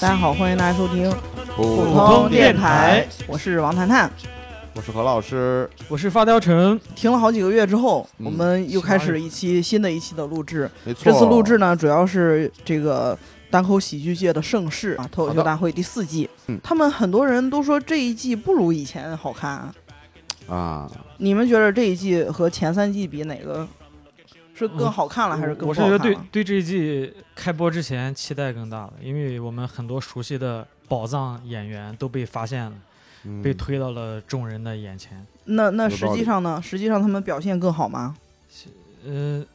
大家好，欢迎大家收听普通电台台，我是王谈谈。我是何老师，我是发雕城，停了好几个月之后，嗯我们又开始一期新的一期的录制。没错。这次录制呢，主要是这个单口喜剧界的盛世啊，脱口好秀的大会第四季嗯。他们很多人都说这一季不如以前好看啊，啊，你们觉得这一季和前三季比哪个是更好看了，还是更我不是好觉看得了？对对这一季开播之前期待更大了，因为我们很多熟悉的宝藏演员都被发现了，嗯被推到了众人的眼前。那那有实道际理上呢？实际上他们表现更好吗？嗯呃，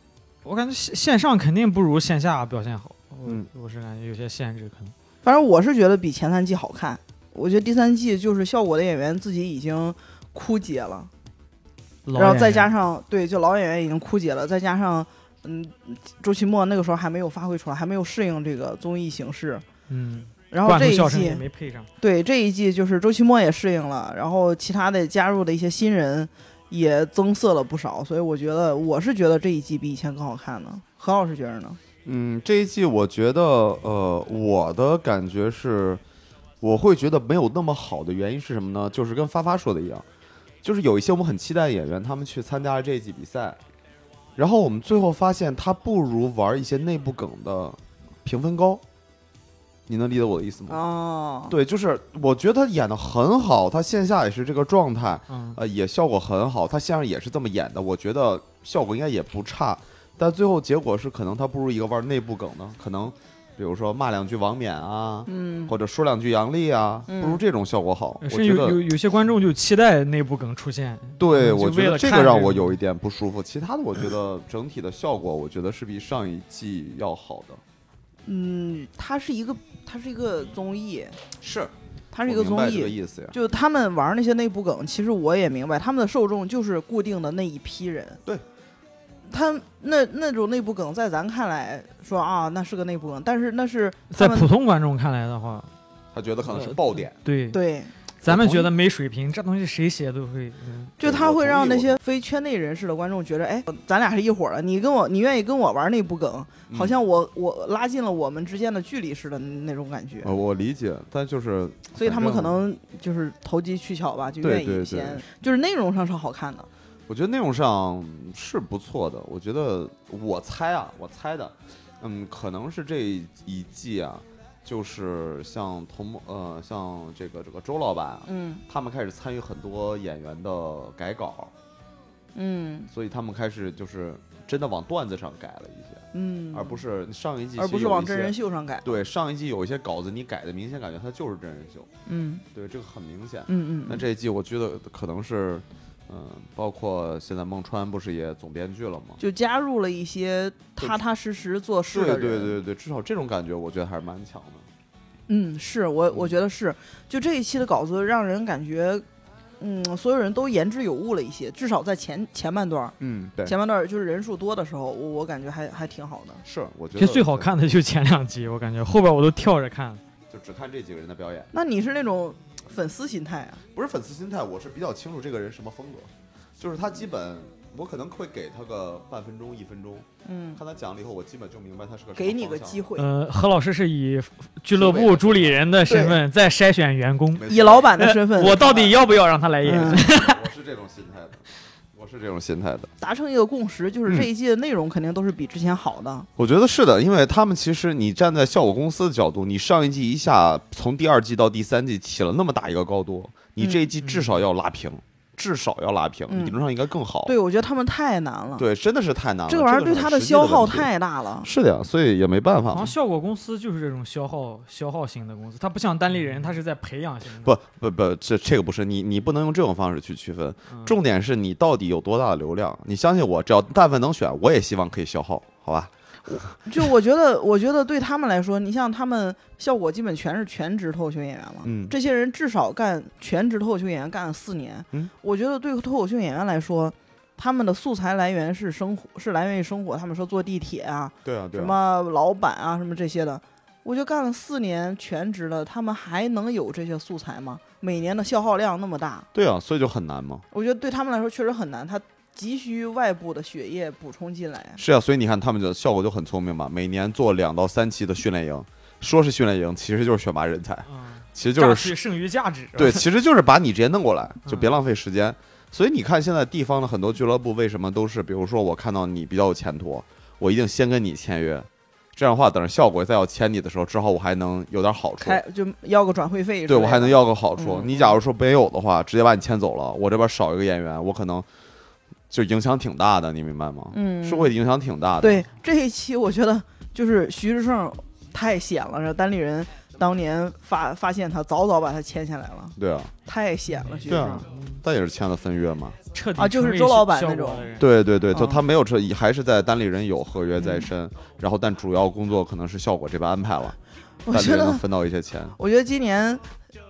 我感觉线线上肯定不如线下表现好，我、嗯我是感觉有些限制可能。反正我是觉得比前三季好看。我觉得第三季就是效果的演员自己已经枯竭了，老然后演再员加上对，就老演员已经枯竭了，再加上嗯，周奇墨那个时候还没有发挥出来，还没有适应这个综艺形式。嗯，然后罐这头一笑声季也，没配上，对这一季就是周奇墨也适应了，然后其他的加入的一些新人也增色了不少，所以我觉得我是觉得这一季比以前更好看的。何老师觉得呢？嗯，这一季我觉得，呃，我的感觉是，我会觉得没有那么好的原因是什么呢？就是跟发发说的一样，就是有一些我们很期待的演员，他们去参加了这一季比赛，然后我们最后发现他不如玩一些内部梗的评分高，你能理解我的意嗯思吗？哦，对，就是我觉得他演的很好，他线下也是这个状态，嗯，呃，也效果很好，他线上也是这么演的，我觉得效果应该也不差，但最后结果是可能他不如一个玩内部梗呢，可能比如说骂两句王冕啊，嗯，或者说两句杨笠啊，不如嗯这种效果好。我甚觉至呃有得有有些观众就期待内部梗出现，对，嗯我就觉为得了这看个让这我个有一点不舒服，其他的我觉得整体的效果，我觉得是比上一季要好的。嗯，它是一个，它是一个综艺，是，它是一个我综明白这个艺。意思呀。就他们玩那些内部梗，其实我也明白，他们的受众就是固定的那一批人。对，他那那种内部梗，在咱看来说啊，那是个内部梗，但是那是嗯在他们普通观众看来的话，他觉得可能呃是爆点，对，对，咱们我同意觉得没水平，这东西谁写都会，嗯就对他我会同让意那我些非圈内人士的观众觉得，哎，咱俩是一伙儿的，你跟我，你愿意跟我玩内部梗，好嗯像我我拉近了我们之间的距离似的那种感觉。呃，我理解，但就是所以他们可反正能就是投机取巧吧，就对愿对意对先，就是内容上是好看的。我觉得内容上是不错的，我觉得我猜啊，我猜的，嗯，可能是这一季啊，就是像同呃像这个这个周老板啊，嗯他们开始参与很多演员的改稿，嗯所以他们开始就是真的往段子上改了一些，嗯，而不是上一季而其不实是有往一真些人秀上改。对上一季有一些稿子你改的明显感觉它就是真人秀，嗯对这个很明显。嗯嗯那嗯，这一季我觉得可能是，嗯、包括现在孟川不是也总编剧了吗？就加入了一些踏踏实实做事的对人。对对对，至少这种感觉，我觉得还是蛮强的。嗯，是我我觉得是，就这一期的稿子让人感觉，嗯，所有人都言之有物了一些，至少在前前半段儿，嗯，对，前半段儿就是人数多的时候，我我感觉还还挺好的。是我觉其得实最好，看的就前两集，我感觉后边我都跳着看。就只看这几个人的表演，那你是那种粉丝心态啊？不是粉丝心态，我是比较清楚这个人什么风格，就是他基本我可能会给他个半分钟一分钟，嗯，看他讲了以后，我基本就明白他是个什么给你个方向机会，呃，何老师是以俱乐组委部会主理人的身份在筛选员工，没错以老板的身份， 我到底要不要让他来演？ 嗯 我是这种心态的，我是这种心态的。达成一个共识，就是嗯这一季的内容肯定都是比之前好的。我觉得是的，因为他们其实你站在效果公司的角度，你上一季一下从第二季到第三季起了那么大一个高度，嗯你这一季至少要拉平，至少要拉平，嗯理论上应该更好。对，我觉得他们太难了，对真的是太难了。啊这个玩意儿对是他啊很实际消耗问题太大了。是的呀，所以也没办好法像。效果公司就是这种消耗消耗型的公司，它不像单立嗯人，它是在培养型的。不不不，这这个不是你，你不能用这种方式去区分。嗯重点是你到底有多大的流量？你相信我，只要但凡能选，我也希望可以消耗，好吧？就我觉得，我觉得对他们来说，你像他们效果基本全是全职脱口秀演员嘛，嗯这些人至少干全职脱口秀演员干了四年，嗯我觉得对脱口秀演员来说，他们的素材来源是生活，是来源于生活，他们说坐地铁啊，对啊，什么老板啊，什么这些的，我就干了四年全职了，他们还能有这些素材吗？每年的消耗量那么大，对啊，所以就很难嘛。我觉得对他们来说确实很难，他急需外部的血液补充进来。是啊，所以你看他们的效果就很聪明嘛，每年做两到三期的训练营，说是训练营，其实就是选拔人才，嗯，其实就是榨取剩余价值。对，其实就是把你直接弄过来，就别嗯浪费时间。所以你看，现在地方的很多俱乐部为什么都是，比如说我看到你比较有前途，我一定先跟你签约，这样的话，等着效果再要签你的时候，正好我还能有点好处，开就要个转会费之类的，对我还能要个好处。嗯你假如说没有的话，直接把你签走了，我这边少一个演员，我可能就影响挺大的，你明白吗？嗯，是会影响挺大的。对这一期，我觉得就是徐志胜太险了，这单立人当年发发现他，早早把他签下来了，对啊，太险了，徐志对啊胜。，但也是签了分约嘛。彻底啊就是成为周老板效那果种的人，对对对，他嗯他没有这，还是在单立人有合约在身，然后但主要工作可能是效果这边安排了，我单立觉人得能分到一些钱。我觉得今年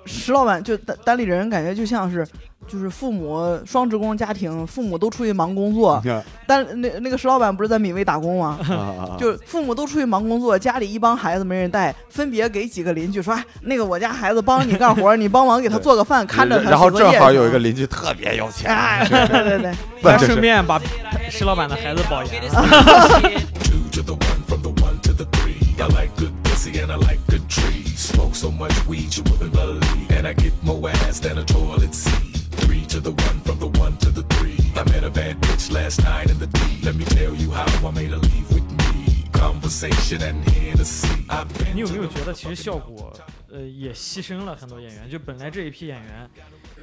石老板就单单立人感觉就像是。就是父母双职工家庭，父母都出去忙工作你，看，但那那个石老板不是在米未打工吗？啊就是父母都出去忙工作，家里一帮孩子没人带，分别给几个邻居说：“哎，那个我家孩子帮你干 活，你帮忙给他做个饭，看着他。”然后正好啊有一个，邻居特别有钱，哎，对 对对，那还真顺是便把石老板的孩子保研啊了。 two to the one, from the one to the three. I like good pussy and I like good trees. Smoke so much weed you wouldn't believe, and I get more ass than a toilet seat. Three to the one, from the one to the three. I met a bad bitch last night in the D. Let me tell you how I made her leave with me. Conversation and Hennessy. I've been 你有没 to 有 the 觉得其实效果，呃，也牺牲了很多演员？就本来这一批演员，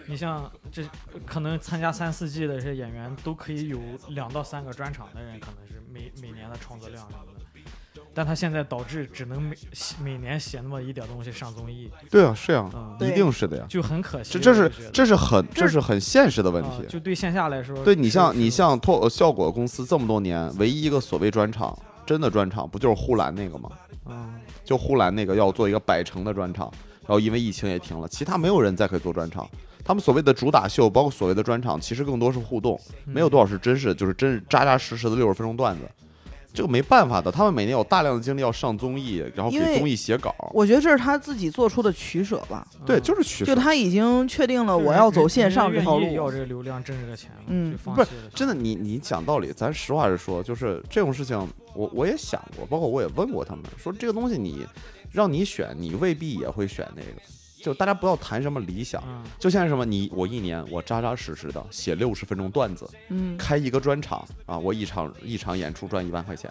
你像这可能参加三四季的这些演员，都可以有两到三个专场的人，可能是每每年的创作量什么的。但他现在导致只能每每年写那么一点东西上综艺，对啊，是呀，嗯，对一定是的呀，就很可惜。这这我是就觉得这是很这是很现实的问啊题。就对线下来说，对你像是你像脱呃效果公司这么多年，唯一一个所谓专场，真的专场不就是呼兰那个吗？嗯，就呼兰那个要做一个百城的专场，然后因为疫情也停了，其他没有人再可以做专场。他们所谓的主打秀，包括所谓的专场，其实更多是互动，嗯没有多少是真是就是真是扎扎实实的六十分钟段子。这个没办法的，他们每年有大量的精力要上综艺，然后给因为综艺写稿。我觉得这是他自己做出的取舍吧。对，嗯就是取就舍。他已经确定了我要走线上这条人家愿意要路这，个流量挣这个钱了，嗯就放不是弃了真的，你你讲道理，咱实话实说，就是这种事情，我我也想过，包括我也问过他们，说这个东西你让你选，你未必也会选那个。就大家不要谈什么理想，嗯，就像是什么，你我一年我扎扎实实的写六十分钟段子，嗯开一个专场啊，我一场一场演出赚一万块钱，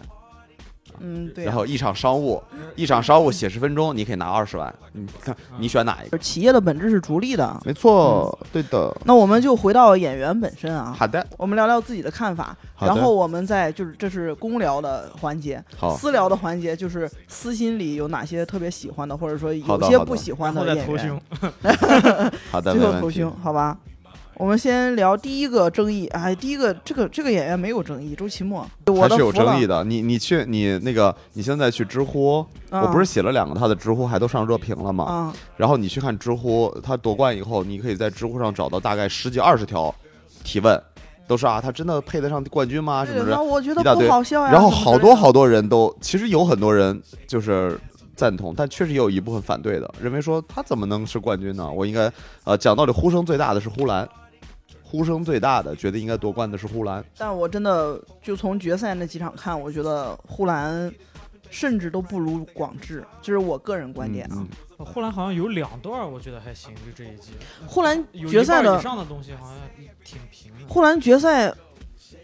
嗯，对然啊、嗯后一场商务，一场商务写十分钟，你可以拿二十万，你看你选哪一个？企业的本质是逐利的。没错，对的。那我们就回到演员本身啊，好的，我们聊聊自己的看法，好的哦然后我们再就是这是公聊的环节，好，私聊的环节就是私心里有哪些特别喜欢的，或者说好有的些好的不喜欢然后的再演投员胸，，好的，最没后问投题胸，好吧？我们先聊第一个争议，哎，第一个这个这个演员没有争议，周奇墨，我还都是有服了争议，的。你你去你那个，你现在去知乎，嗯我不是写了两个他的知乎，还都上热评了吗？啊，然后你去看知乎，他夺冠以后，你可以在知乎上找到大概十几二十条提问，都是啊，他真的配得上冠军吗？啊什么对之类的，的。我觉一得大不堆好笑呀，然后啊什么之好类多的好多人都，其实有很多人就是赞同，但确实也有一部分反对的，认为说他怎么能是冠军呢？我应该，呃，讲道理，呼声最大的是呼兰，呼声最大的觉得应该夺冠的是呼兰。但我真的就从决赛那几场看，我觉得呼兰甚至都不如广智，这是我个人观点啊嗯。呼兰好像有两段，我觉得还行，就这一季。嗯呼兰有决赛一半的以上的东西好像挺平的。呼兰决赛，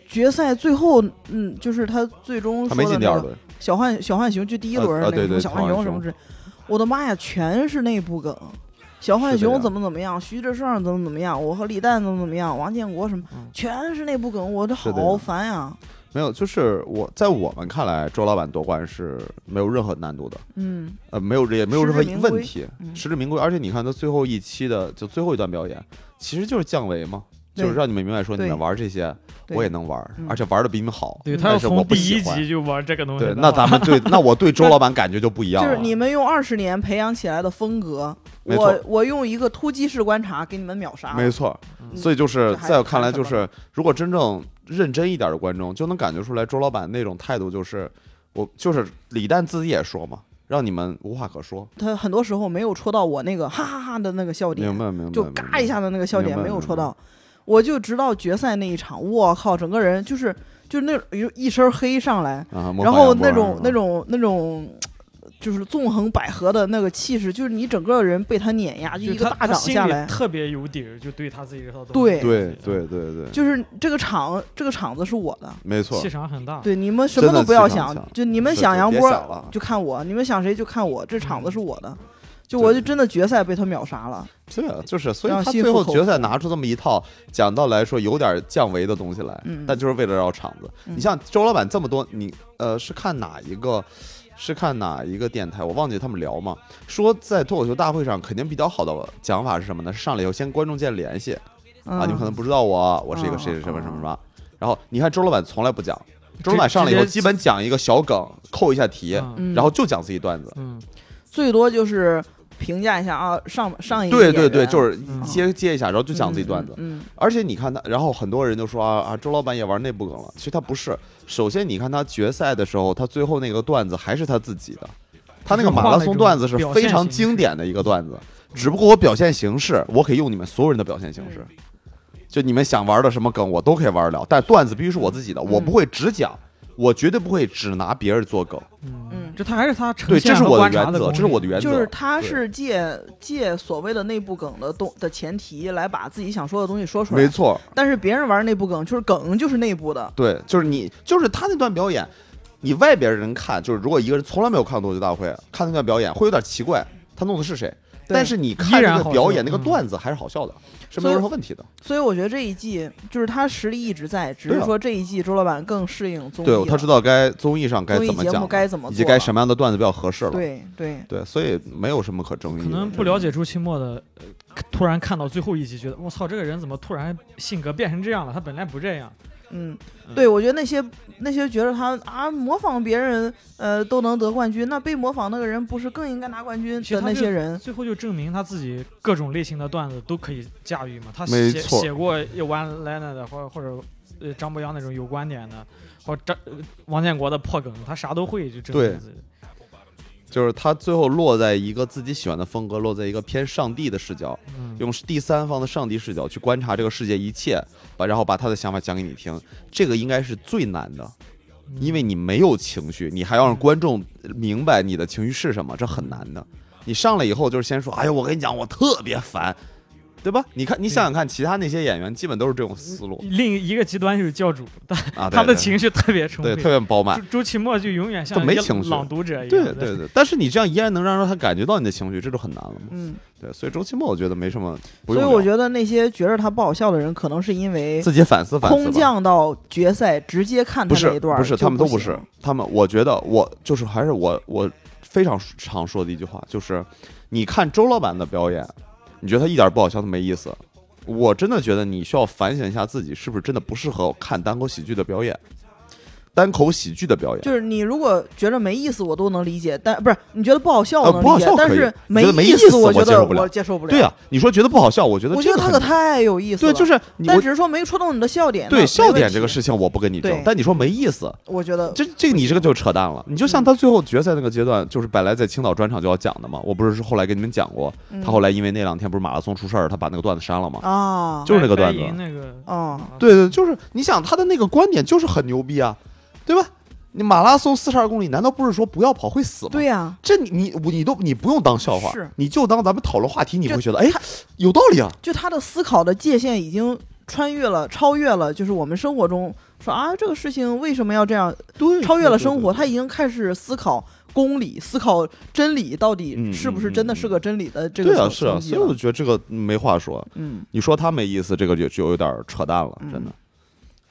决赛最后，嗯，就是他最终说他没的进第那二个轮，小浣小浣熊，就第一轮啊啊那个什对对么小浣小浣熊什么之类，我的妈呀，全是内部梗。小浣是的熊呀怎么怎么样，徐志胜怎么怎么样，我和李诞怎么怎么样，王建国什么嗯，全是内部梗，我这是的好呀烦呀。没有，就是我在我们看来，周老板夺冠是没有任何难度的。嗯，呃，没有这也没有任何实至名归问题，嗯实至名归。而且你看他最后一期的就最后一段表演，其实就是降维嘛，对就是让你们明白说你对们玩这些对我也能玩嗯，而且玩的比你们好。对他但要是我从不第喜一欢。集就玩这个东西对的，话，那咱们 对，那我对周老板感觉就不一样就了。是你们用二十年培养起来的风格，啊没错我我用一个突击式观察给你们秒杀。没错，嗯所以就是这还在我看来，就看是如果真正认真一点的观众，就能感觉出来周老板那种态度，就是我就是李诞自己也说嘛，让你们无话可说。他很多时候没有戳到我那个哈哈哈的那个笑点，明白明白，就明白嘎一下的那个笑点明白没有戳明到，我就直到决赛那一场，我靠，整个人就是就是那一一身黑上来，啊，模然仿后杨波那儿种是吧那种那种就是纵横捭阖的那个气势，就是你整个人被他碾压，就就一个他大他掌心下里来。特别有底儿，就对他自己这套东西。对嗯对对对对，就是这个场，这个场子是我的，啊没错气。场很大。对你们什么真的都不要气场想强，就你们是想就杨别波想了嗯就看我，你们想谁就看我，这场子是我的。就对我就真的决赛被他秒杀了，对啊，就是，所以让他心最服后口决赛服拿出这么一套，讲到来说有点降维的东西来，嗯但就是为了绕场子。嗯你像周老板这么多，你呃是看哪一个？是看哪一个电台？我忘记他们聊嘛，说在脱口秀大会上肯定比较好的讲法是什么呢？是上来以后先观众间联系啊啊，你们可能不知道我，我是一个嗯谁谁什么什么嗯什么。然后你看周老板从来不讲，周老板上来以后直接基本讲一个小梗，扣一下题，嗯然后就讲自己段子。嗯，最多就是评价一下啊，上上一个对对对，就是是嗯接接一下，然后就讲自己段子。嗯，嗯而且你看他，然后很多人就说啊啊，周老板也玩内部梗了。其实他不是，首先你看他决赛的时候，他最后那个段子还是他自己的，他那个马拉松段子是非常经典的一个段嗯子，只不过我表现形式，我可以用你们所有人的表现形式，就你们想玩的什么梗我都可以玩得了，但段子必须是我自嗯己的，我不会只讲。我绝对不会只拿别人做梗，嗯嗯，就他还是他呈对，这现是和我的观察原的则，功这是我的力原则。就是他是借借所谓的内部梗的东的前提来把自己想说的东西说出来，没错，但是别人玩内部梗，就是梗就是内部的，对，就是你，就是他那段表演，你外边人看，就是如果一个人从来没有看过脱口秀大会，看那段表演会有点奇怪，他弄的是谁？对但是你看依这然个好表笑演，那个嗯段子还是好笑的，是所没以有任何问题的。所以我觉得这一季就是他实力一直在，只对是啊说这一季周老板更适应综艺对了，，他知道该综艺上该综怎艺么节目讲，该怎么以做，及该什么样的段子比较合适了。对对，对，所以没有什么可争议可的。能不嗯了解周奇墨的，呃突然看到最后一集，觉得我操，这个人怎么突然性格变成这样了？他本来不这样。嗯，嗯对，我觉得那些那些觉得他啊模仿别人呃都能得冠军，那被模仿那个人不是更应该拿冠军其实的他那就些人？最后就证明他自己各种类型的段子都可以驾驭嘛。他没写错写过 One Liner 的，或者或者呃张博洋那种有观点的，或者张呃王建国的破梗，他啥都会，就证对明自己。就是他最后落在一个自己喜欢的风格，落在一个偏上帝的视角，嗯，用第三方的上帝视角去观察这个世界一切，把然后把他的想法讲给你听，这个应该是最难的。嗯因为你没有情绪，你还要让观众明白你的情绪是什么，这很难的。你上来以后就是先说，哎呀，我跟你讲，我特别烦，对吧？你看，你想想看，其他那些演员基本都是这种思嗯路嗯另一个极端就是教主，他 啊，对他的对情绪特别充对沛，特别饱满周，周奇墨就永远像都没一个情绪朗读者一样。对对对。但是你这样依然能让他感觉到你的情绪，这就很难了嘛。嗯，对，所以周奇墨我觉得没什么，不所以用我聊觉得那些觉得他不好笑的人，可能是因为自己反思反思吧。空降到决赛直接看不他是那一段儿不，就是行，他们都不是，他们我觉得我就是还是我我非常常说的一句话就是，你看周老板的表演，你觉得他一点不好笑，他没意思。我真的觉得你需要反省一下自己，是不是真的不适合看单口喜剧的表演，单口喜剧的表演。就是你如果觉得没意思，我都能理解，但不是你觉得不好笑，呃我能不好理解，笑但可以是你觉得没意意思我我接觉受得不了我接受不了。对呀、，你说觉得不好笑，我觉得我这觉个得他很可太有意思对，了。就是你但我只是说没戳动你的笑点。那对没笑点问这个题事情我不跟你争对，但你说没意思，我觉得这这个你这个就扯淡了。你就嗯像他最后决赛那个阶段，就是本来在青岛专场就要讲的嘛，我不是后来跟你们讲过，他后来来因为那两天不是马拉松出事儿，他把那个段子删了嘛。嗯啊，就是那个段子白银那个哦，对对，就是你想他的那个观点就是很牛逼啊，对吧？你马拉松四十二公里，难道不是说不要跑会死吗？对呀，这你你我你都你不用当笑话是，你就当咱们讨论话题，你就会觉得哎有道理啊。就他的思考的界限已经穿越了，超越了，就是我们生活中说啊，这个事情为什么要这样，对，超越了对生活，嗯对他已经开始思考公理，思考真理到底嗯是不嗯是嗯真的嗯是个真理的这对个对啊层是啊，层级所以我了觉得这个没话说。嗯，你说他没意思，这个就就有点扯淡了，嗯真的。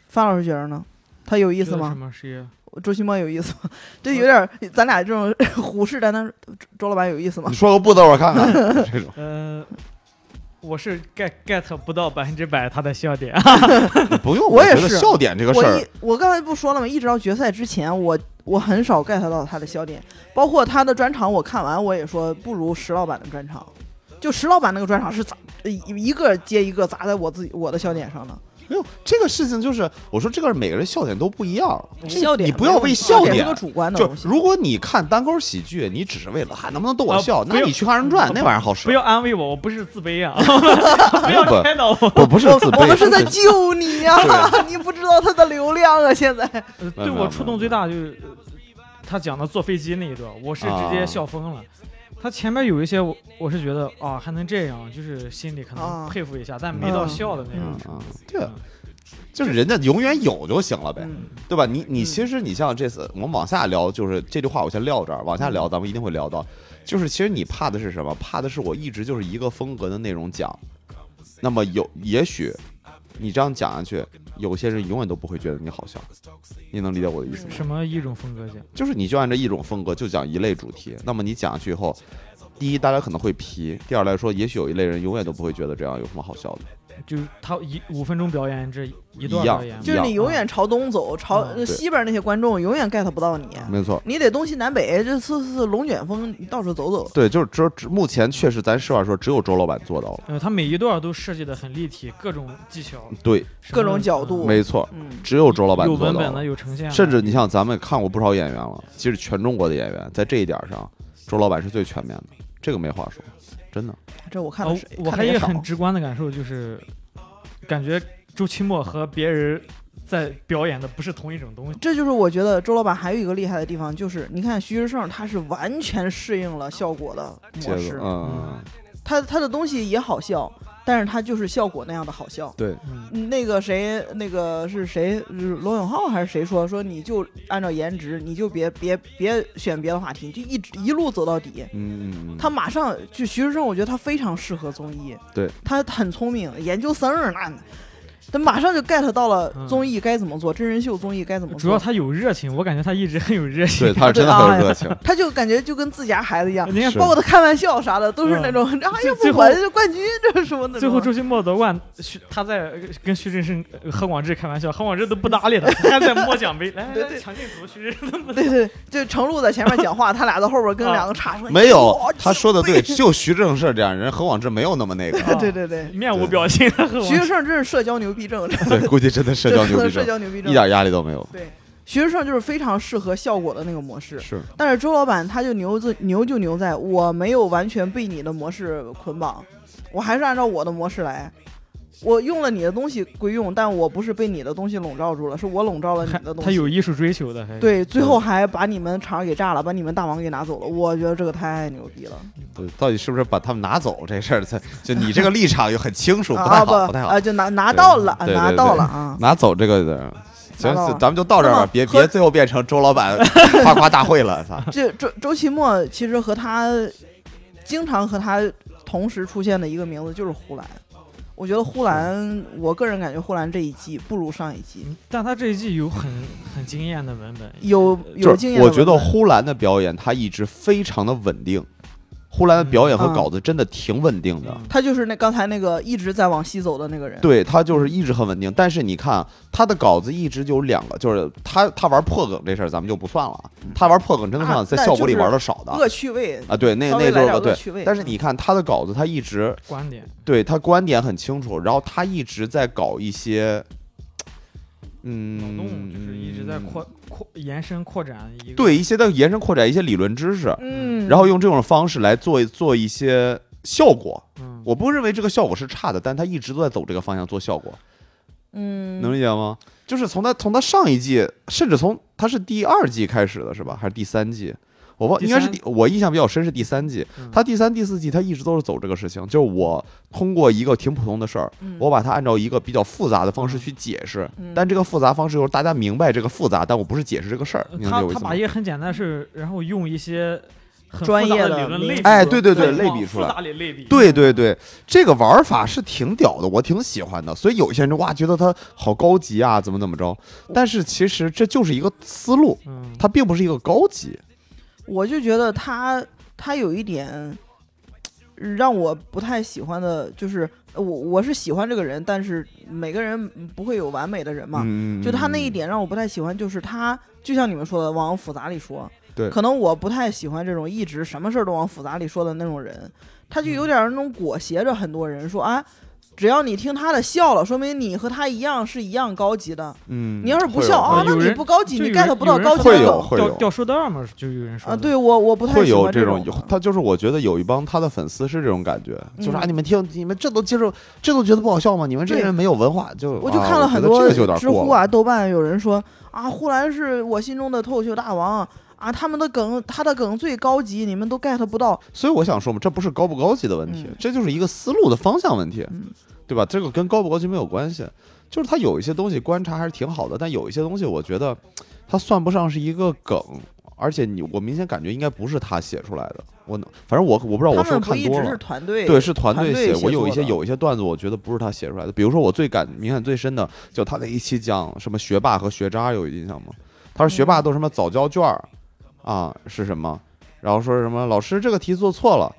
范老师觉得呢？他有意意思什吗？么是？ 周奇墨有意思吗？这有点儿咱俩这种 虎视眈眈。周周老板有意思吗你？说个不字我看看这种。呃，我是 get get 不到百分之百他的笑点。不用，我也觉得是笑点这个我事儿一，我刚才不说了吗？一直到决赛之前，我我很少 get 到他的笑点，包括他的专场，我看完我也说不如石老板的专场。就石老板那个专场是砸呃一个接一个砸在我自己我的笑点上的，没有这个事情就是，我说这个每个人笑点都不一样，这笑点你不要为笑笑点是点个。主观的就东西。如果你看单口喜剧，你只是为了还哎能不能逗我啊笑，不那用你去看《二人转》那玩意儿好使。 不要安慰我，我不是自 卑啊！不不要开导我。不不是我自卑，我们是在救 你呀、你不知道他的流量啊！现在呃没有对没有我触动最大就是呃他讲的坐飞机那一段，我是直啊接笑疯了。他前面有一些我我是觉得啊还能这样，就是心里可啊能佩服一下，但没到嗯笑的那种嗯程度。嗯，对，就是人家永远有就行了呗，嗯，对吧？你你嗯其实你像这次我们往下聊，就是这句话我先撂这儿，往下聊咱们一定会聊到，就是其实你怕的是什么？怕的是我一直就是一个风格的内容讲，那么有也许你这样讲下去，有些人永远都不会觉得你好笑，你能理解我的意思吗？什么一种风格讲？就是你就按照一种风格就讲一类主题，那么你讲下去以后，第一大家可能会皮，第二来说，也许有一类人永远都不会觉得这样有什么好笑的。就是他一五分钟表演这一段一样表演嘛，就是你嗯永啊远朝东走，朝嗯呃西边那些观众永远 get 不到你，没错，你得东西南北，这次次龙卷风，你到处走走。对，就是只有只目前确实咱实话说，只有周老板做到了。呃，他每一段都设计的很立体，各种技巧，对，什各么种角度嗯没错，嗯，只有周老板有做文到本的，了。有呈现的，甚至你像咱们看过不少演员了，即使全中国的演员，在这一点上，周老板是最全面的，这个没话说，真的。这我看哦了谁？我看还了有也一个少很直观的感受就是，感觉周奇墨和别人在表演的不是同一种东西。这就是我觉得周老板还有一个厉害的地方，就是你看徐志胜，他是完全适应了效果的模结式果，，嗯，他他的东西也好笑，但是他就是效果那样的好笑。对，嗯，嗯那个谁，那个是谁？是罗永浩还是谁说说你就按照颜值，你就别别别选别的话题，就一直一路走到底。嗯嗯嗯，他马上就徐志胜，我觉得他非常适合综艺，对他很聪明，研究生儿那，他马上就 get 到了嗯综艺该怎么做，真人秀综艺该怎么做。主要他有热情，我感觉他一直很有热情。对，他是真的很有热情。他就感觉就跟自家孩子一样，你看嗯是包括他开玩笑啥的，都是那种、啊，最要不最后我这冠军这什么的。最后周奇墨夺冠，徐他在呃跟徐振胜、呃何广智开玩笑，何广智都不搭理他，他还在摸奖杯，来对来对来，强劲组徐振胜，对对，就程璐在前面讲话，他俩在后边跟啊两个叉声。哎没有哇，他说的对，就徐正胜这样人，何广智没有那么那个。 啊对对对，面无表情。啊何广徐志智胜真是社交牛逼症，对，估计真的社这交可牛能 逼社症，交牛逼症一。点压力都没有。对，徐志胜就是非常适合效果的那个模式。是，但是周老板他就牛就牛就牛在，我没有完全被你的模式捆绑，我还是按照我的模式来。我用了你的东西归用，但我不是被你的东西笼罩住了，是我笼罩了你还的东他西。有艺术追求的，还对，最后还把你们厂给炸了，把你们大王给拿走了。我觉得这个太牛逼了对，到底是不是把他们拿走这事儿，他就你这个立场又很清楚，不啊！太不好，不太好啊，。就拿拿到了，对对拿对到 了啊！拿走这个的，行拿到，了咱们就到这儿那吧么，别和别最后变成周 老板夸夸大会了，操！这周周奇墨其实和他经常和他同时出现的一个名字就是呼兰。我觉得呼兰，我个人感觉呼兰这一季不如上一季，嗯但他这一季有很很惊艳的文本，有有就经是验的我文本。觉得呼兰的表演，他一直非常的稳定，呼兰的表演和嗯稿子真的挺稳定的。嗯他就是那刚才那个一直在往西走的那个人。对他就是一直很稳定，但是你看他的稿子一直就有两个，就是他他玩破梗这事儿咱们就不算了啊，他玩破梗真的啊算在那效果里就是玩的少的恶趣味，啊，对，那稍那微就来是点个恶对。趣味。嗯但是你看他的稿子，他一直观点，对他观点很清楚，然后他一直在搞一些，脑嗯，洞就是一直在扩扩延伸扩展一个对一些的延伸扩展一些理论知识，嗯，然后用这种方式来做做一些效果。嗯，我不认为这个效果是差的，但他一直都在走这个方向做效果，嗯，能理解吗？就是从他从他上一季，甚至从他是第二季开始的是吧？还是第三季？我忘第应该是三第我印象比较深是第三季，嗯他第三、第四季他一直都是走这个事情，就是我通过一个挺普通的事儿，嗯我把它按照一个比较复杂的方式去解释，但这个复杂方式就是大家明白这个复杂，但我不是解释这个事儿，呃你能呃理解他我意他思吗把一？个很简单的事，然后用一些很专复杂业的的理论类名比，哎对对对类往比出来复杂里类比，对对对，这个玩法是挺屌的，我挺喜欢的。所以有一些人就哇，觉得它好高级啊，怎么怎么着？但是其实这就是一个思路，嗯，它并不是一个高级。我就觉得他他有一点让我不太喜欢的，就是我我是喜欢这个人，但是每个人不会有完美的人嘛。嗯，就他那一点让我不太喜欢，就是他就像你们说的往复杂里说，对可能我不太喜欢这种一直什么事儿都往复杂里说的那种人，他嗯就有点儿那种裹挟着很多人说啊，只要你听他的笑了，说明你和他一样是一样高级的，嗯，嗯，你要是不会有笑啊，会那有你人不高级，就你有人 get 不到有人高级会的有梗会掉有掉书袋儿嘛，就有人说啊，的对我我不太会喜有欢这种种，有他就是我觉得有一帮他的粉丝是这种感觉，就是啊，嗯你们听，你们这都接受，这都觉得不好笑吗？你们这些对人没有文化，就我就啊看了觉很得多这个就有点知乎过了啊啊、豆瓣有人说啊，呼兰是我心中的脱口秀大王啊，他们的梗，他的梗最高级，你们都 get 不到。所以我想说嘛，这不是高不高级的问题，嗯这就是一个思路的方向问题，嗯对吧？这个跟高不高级没有关系，就是他有一些东西观察还是挺好的，但有一些东西我觉得它算不上是一个梗，而且你我明显感觉应该不是他写出来的。我能反正我我不知道我他是们不不是看一多直了是。团队对，是团团队队写。写我有作一些的有一些段子，我觉得不是他写出来的。比如说，我最感明显最深的，就他那一期讲什么学霸和学渣，有印象吗？他说学嗯霸都什么早交卷儿啊，是什么？然后说什么老师这个题做错了，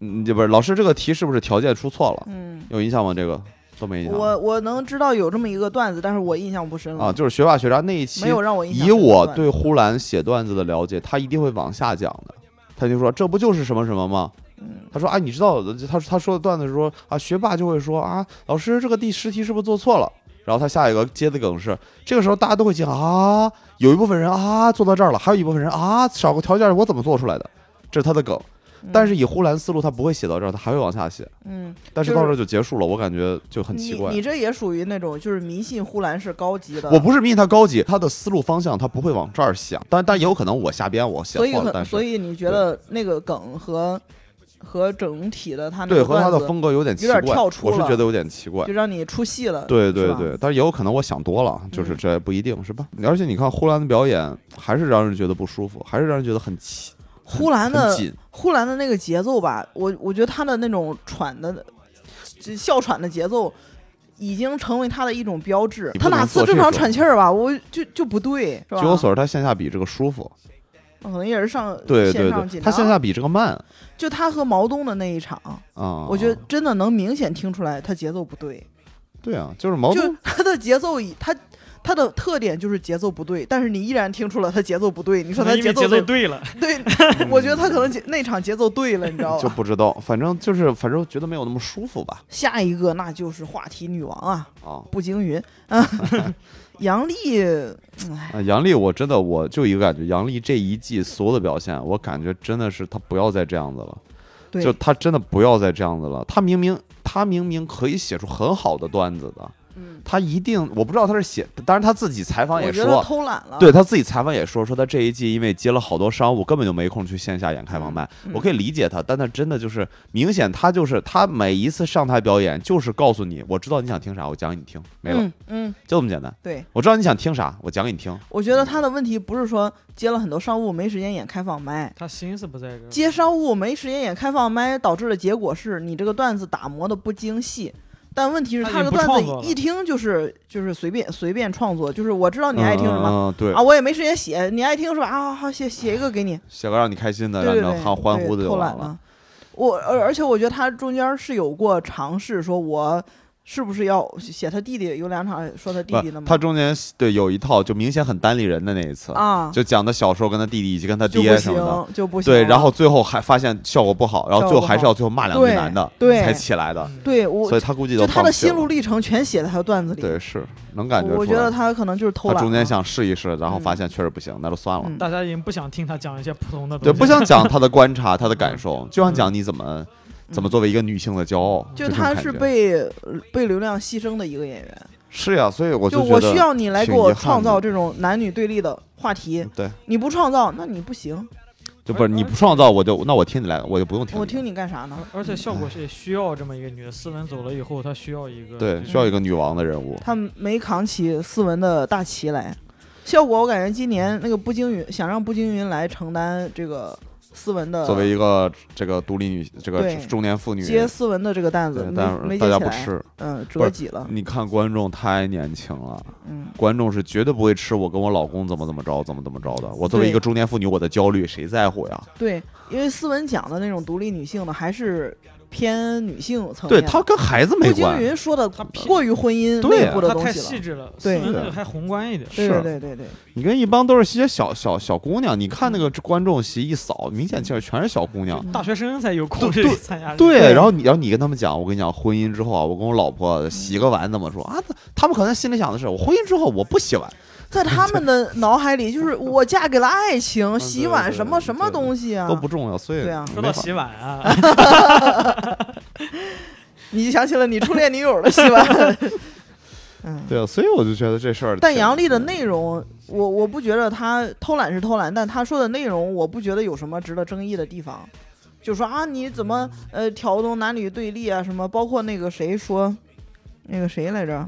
嗯，这不是老师这个题是不是条件出错了？嗯，有印象吗？这个都没印象我我能知道有这么一个段子，但是我印象不深了啊，就是学霸学渣那一期没，有让我印象以深的我段子对呼兰写段子的了解，他一定会往下讲的。他就说这不就是什么什么吗？嗯他说啊，你知道，他他说的段子是说啊，学霸就会说啊，老师这个第十题是不是做错了？然后他下一个接的梗是，这个时候大家都会惊啊，有一部分人啊做到这儿了，还有一部分人啊少个条件我怎么做出来的？这是他的梗，嗯但是以呼兰思路他不会写到这儿，他还会往下写，嗯，但是就是到这儿就结束了，我感觉就很奇你怪你。这也属于那种就是迷信呼兰是高级的，我不是迷信他高级，他的思路方向他不会往这儿想，但但也有可能我瞎编我写所以错了，可但所是以你觉得那个梗和和整体的他那对个和他的段子风格有点奇有点怪，跳出我是了觉得有点奇怪就。让你出戏了，对对是吧对，，但是也有可能我想多了，就是嗯这不一定是吧？而且你看呼兰的表演，还是让人觉得不舒服，还是让人觉得很紧，很呼兰的很紧。呼兰的那个节奏吧，我我觉得他的那种喘的，这哮喘的节奏，已经成为他的一种标志你。不他能哪做次这正常种喘气儿吧，我就就不对，是吧？据我所知，他线下比这个舒服，可能也是上对线对上对，紧他张。线下比这个慢就他和毛东的那一场，啊。我觉得真的能明显听出来他节奏不对，对啊，就是毛就东，他的节奏以他。他的特点就是节奏不对，但是你依然听出了他节奏不对。你说可能他因节为奏节奏得对了， 对， 我觉得他可能节那场节奏对了，你知道就吧？不知道，反正就是反正觉得没有那么舒服吧下一个那就是话题女王啊，啊。步惊 云啊，杨笠，哎，啊，杨笠，我真的我就一个感觉，杨笠这一季所有的表现，我感觉真的是他不要再这样子了。对，就他真的不要再这样子了。他明明他明明可以写出很好的段子的，嗯，他一定我不知道他是写，当然他自己采访我也觉得说，偷懒了，嗯对他自己采访也说，说他这一季因为接了好多商务，根本就没空去线下演开放麦。嗯我可以理解他，但他真的就是明显他就是他每一次上台表演就是告诉你，我知道你想听啥，我讲给你听，没了，嗯嗯，就这么简单。对，我知道你想听啥，我讲给你听。我觉得他的问题不是说接了很多商务没时间演开放麦。他心思不在这儿。接商务没时间演开放麦，导致的结果是你这个段子打磨的不精细。但问题是，他他这个已经不段创作子了一听就是就是随便随便创作，就是我知道你爱听什么、嗯、嗯对啊，，我也没时间写，你爱听是吧？啊，好好写写一个给你，写个让你开心的，对对让对，你欢欢呼的对就偷完懒。我而而且我觉得他中间是有过尝试，说我是不是要写他弟弟？有两场说他弟弟的不，嘛，他中间对有一套就明显很单立人的那一次，啊就讲他小时候跟他弟弟以及跟他就爹不什么的。行就不行了。对，然后最后还发现效果不好，然后最后还是要最后骂两句对男的，对才起来的，嗯，对我所以他估计就都他放的弃心了。路历程全写在他段子里。对，是能感觉我我出觉得来。他可能就是偷他懒了。中间想试一试，然后嗯发现确实不行，那就算了。嗯大家已经不想听他讲一些普通的东对，西，不想讲他的观察，他的感受，就想讲你怎么怎么作为一个女性的骄傲。嗯就这种他感是觉被呃被流量牺牲的一个演员，是呀，所以我就觉我得需要你来给挺遗我憾创的嗯造这种男女对立的话题，对，你不创造，那你不行，就不是你不创造，我就那我听你来的，我就不用听我你的听你干啥呢？而且效果是也需要这么一个女的。斯文走了以后，她需要一个对，需要一个女王的人物。他没扛起斯文的大旗来。效果我感觉今年那个步惊云想让步惊云来承担这个斯文的，作为一个这个独立女，这个对中年妇女，接斯文的这个担子对，没但没大接家起不来，吃。嗯，不折是戟了，你看观众太年轻了，嗯，观众是绝对不会吃我跟我老公怎么怎么着，怎么怎么着的。我作为一个对中年妇女，我的焦虑谁在乎呀？对，因为斯文讲的那种独立女性的还是偏女性层对面的，他跟孩子没步惊关系。云说的他偏过于婚姻对啊内部的她东太西细了，致了，斯对文那个还宏观一点。对是对对对对，你跟一帮都是些小小小姑娘，你看那个观众席一扫，明显就是全是小姑娘。嗯大学生才有空对去参加这个。对，然后你，然后你跟他们讲，我跟你讲，婚姻之后啊，我跟我老婆洗个碗怎么说啊？他们可能心里想的是，我婚姻之后我不洗碗，在他们的脑海里就是我嫁给了爱情，洗碗 对什么对什么对东西啊，都不重要。所以对啊说没到法洗碗啊， 你就想起了你初恋女友的洗碗。嗯，对啊，所以我就觉得这事儿。但杨笠的内容，我我不觉得他偷懒是偷懒，但他说的内容，我不觉得有什么值得争议的地方。就说啊，你怎么呃挑动男女对立啊？什么？包括那个谁说，那个谁来着？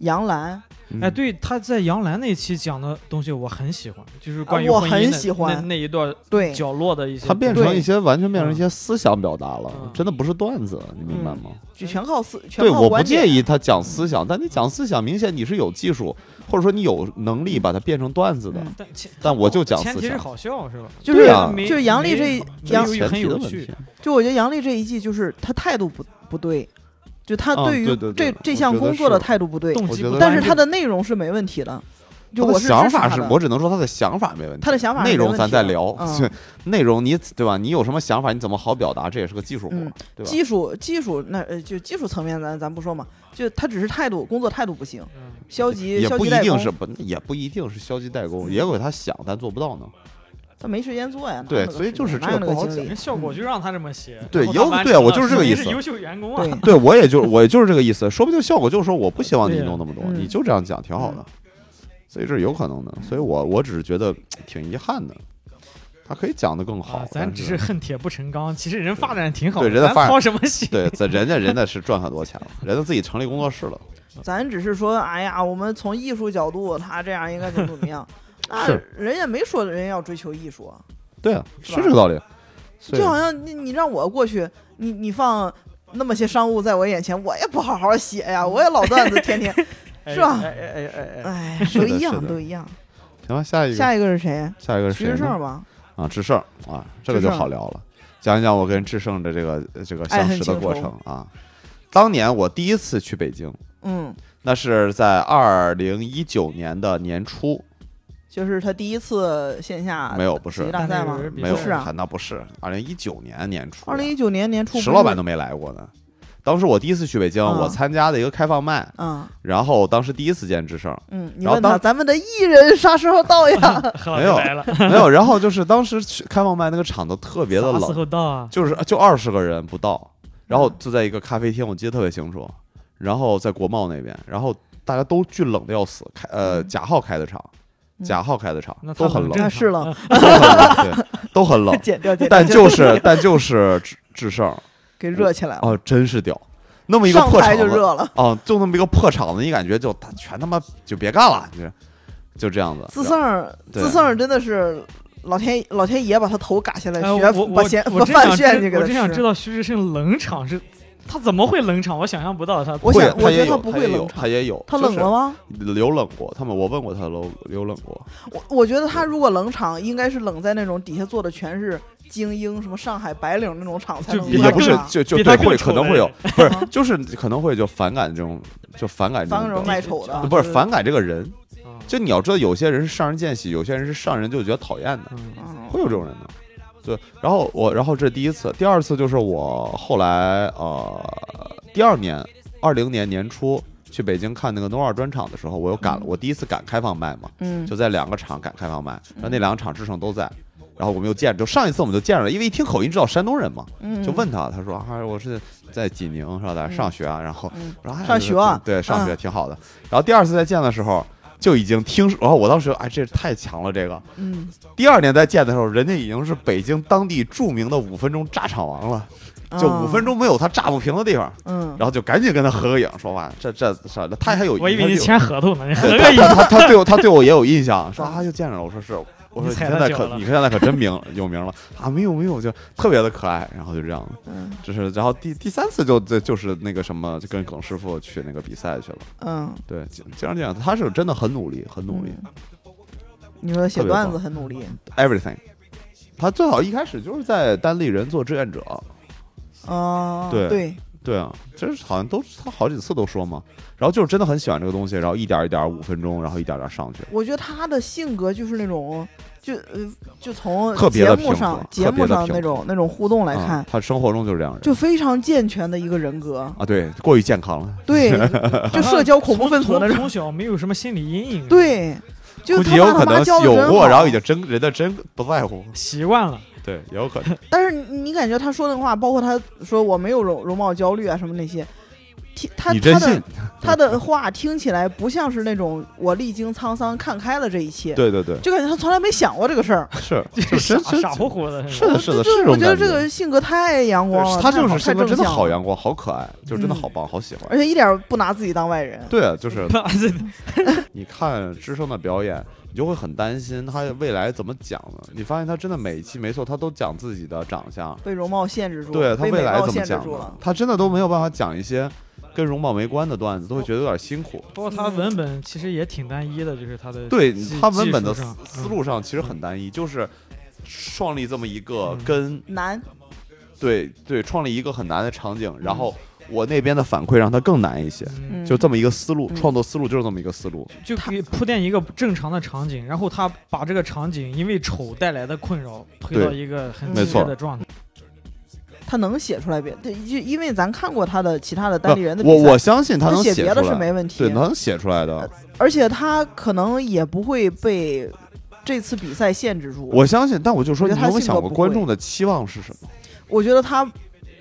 杨澜，嗯哎，，对，他在杨澜那期讲的东西我很喜欢，就是关于啊我婚姻很的喜欢那那一段对，角落的一些。它变成对一些完全变成一嗯些思想表达了嗯，真的不是段子，你明白嗯吗？就全靠思，全对，靠我不观点啊介意他讲思想，但你讲思想，明显你是有技术，或者说你有能力把它变成段子的。嗯但前但我就讲前思提是想，好笑是吧？就对是、啊没就是杨笠这没这杨是有前很提的有问趣题。啊就我觉得杨笠这一季就是他态度不不对，就他啊于对这、对对这我项觉得工作的是态度不对，动我机觉不得但单是就他的内容是没问题的。就他我的是想支持法他是的我只能说他的想法没问题，他的想法是没内容问咱题再的聊。嗯对，内容你对吧？你有什么想法，你怎么好表达，这也是个技术活嗯， 对吧？技术技术那呃就技术层面咱咱不说嘛，就他只是态度工作态度不行，嗯消极也消不极一怠定工，是不，也不一定是消极 怠工，也有他想但做不到呢。他没时间做呀。哪对有那个所以时就是间这哪有个那个不好精讲力人效果就让他这么写。对然后有他完对啊成我了就是这说个明意是思优秀员工啊。对， 对我也就我也就是这个意思，说不定效果就是说我不希望你对弄那么多， 嗯你就这样讲挺好的，所以这是有可能的，所以我我只是觉得挺遗憾的，他可以讲的更好，啊，咱但只是是恨铁不成钢，其实人发展挺好的，对人家发咱操什么 心？对，咱人家人家是赚很多 钱了，人家自己成立工作室了，咱只是说，哎呀，我们从艺术角度，他这样应该怎么怎么 样。那是人家没说人家要追求艺术啊，对啊，是是吧这个道理，所以就好像你你让我过去，你你放那么些商务在我眼前，我也不好好写呀，我也老段子天 天，哎是吧哎哎哎哎哎，是都的一样是的都一样。行吧，下一个下一个是谁？下一个徐是谁志呢胜吧，啊？志胜啊，这个志就胜好聊了，讲一讲我跟志胜的这个这个爱相恨识的情过仇程啊，当年我第一次去北京。嗯，那是在二零一九年的年初，就是他第一次线下没有不是喜剧啊大赛吗？没有，不是啊那不是，二零一九年年初，二零一九年年初不是，石老板都没来过呢。当时我第一次去北京，嗯我参加的一个开放麦，嗯然后当时第一次见志胜，嗯，你然后问他当咱们的艺人啥时候到 呀？ 何老没有师来了，没有，然后就是当时去开放麦那个场子特别的 啥时冷，候到啊？就是就二十个人不到，然后就在一个咖啡厅，我记得特别清楚，然后在国贸那边，然后大家都巨冷的要死，开呃贾浩开的场，嗯贾浩开的场那他都很冷冷真，啊是常了，，都很冷，对，都很冷剪掉剪掉，哦但就是但就是志志胜， 给热起来了，哦，真是屌，那么一个上破台场就子，热了，哦，就那么一个破场子，你感觉就他全他妈就别干了，就就这样子。自胜儿对自胜儿真的是老天老天爷把他头嘎下来，哎学我把我咸我把真想饭炫知去给我他真想知吃。道徐志胜冷场是，他怎么会冷场？我想象不到他。我会想，我他也觉得有，不他会也冷有，场他，也有，他冷了吗？就是有冷过。他们我问过他冷有冷过，我我觉得他如果冷场，应该是冷在那种底下坐的全是精英，什么上海白领那种场才就能比冷也他场。不是就就比对他更会丑可能的会有人，不是啊就是可能会就反感这种就反感这当种人表卖现。丑啊的，不是就反感这个人，啊就你要知道，有些人是上人见喜，有些人是上人就觉得讨厌的，嗯嗯会有这种人的。对，然后我，然后这是第一次，第二次就是我后来呃，第二年，二零年年初去北京看那个 NOR 专场的时候，我又赶了，我第一次赶开放麦嘛，嗯，就在两个场赶开放麦，然后那两个场志胜都在，然后我们又见着，就上一次我们就见着了，因为一听口音知道山东人嘛，嗯就问他，他说啊，我是在济宁是吧，在上学啊，然后嗯然后哎上学啊对，上学挺好的。然后第二次再见的时候。就已经听说，然后我当时哎，这太强了，这个。嗯，第二年再见的时候，人家已经是北京当地著名的五分钟炸场王了，就啊五分，钟没有他炸不平的地方，嗯，然后就赶紧跟他合个影，说哇，这这啥的，他还有，我以为他你有签合同呢，你合对个影。他他他对我他对我也有印象，说啊又见着了，我说是，我说你踩现他在脚可了你现在可真名有名了啊，没有没有，就特别的可爱，然后就这样，嗯就是然后第第三次就就就是那个什么，就跟耿师傅去那个比赛去了，嗯，对，经经常这样，他是真的很努力，很努力、你说写段子很努力， e v e r y t h i n g 他最好一开始就是在单立人做志愿者，啊，对对，对啊，这是好像都他好几次都说嘛，然后就是真的很喜欢这个东西，然后一点一点五分钟，然后一点点上去，我觉得他的性格就是那种，就呃，就从特别节的目上平节和特别目的上平那种那种互动来啊看，他生活中就是这样人，就非常健全的一个人格，啊，对，过于健康了。对， 就社交恐怖从分子从那种，从小没有什么心理阴影，，对，就估他计有爸可他妈能教的有真过，好，然后也真人家真不在乎，习惯了。对，也有可能。但是你你感觉他说那话，包括他说我没有容容貌焦虑啊什么那些，听他你真他信的？他的话听起来不像是那种我历经沧桑看开了这一切，对对对，就感觉他从来没想过这个事儿。是就是是傻是傻乎乎的，是的，是的，就是这是我种觉得感这个性格太阳光了，他太就好是太性格正真的向好了嗯阳光，好可爱，就是真的好棒，好喜欢。而且一点儿不拿自己当外人。对，啊就是 那是你看师生的表演，你就会很担心他未来怎么讲呢？你发现他真的每一期没错，他都讲自己的长相，被容貌限制住，对他被未美来貌怎么限制讲住呢了？。他真的都没有办法讲一些跟容貌没关的段子，都会觉得有点辛苦。包括他嗯文本其实也挺单一的，就是他的对技他文本的技术上思思路上其实很单一，就是创立这么一个嗯跟难，对对，创立一个很难的场景，然后我那边的反馈让它更难一些，嗯嗯，就这么一个思路，嗯创作思路就是这么一个思路。就给铺垫一个正常的场景，然后他把这个场景因为丑带来的困扰推对到一个很没极错致的状态。他能写出来别对，就因为咱看过他的其他的单立人的不比赛，我我相信他他能写出别的是来，没问题呃对，，他能写出来的。而且他可能也不会被这次比赛限制住。我相信，但我就说，我你觉得他有没有性格想过不观会众的期望是什么？我觉得他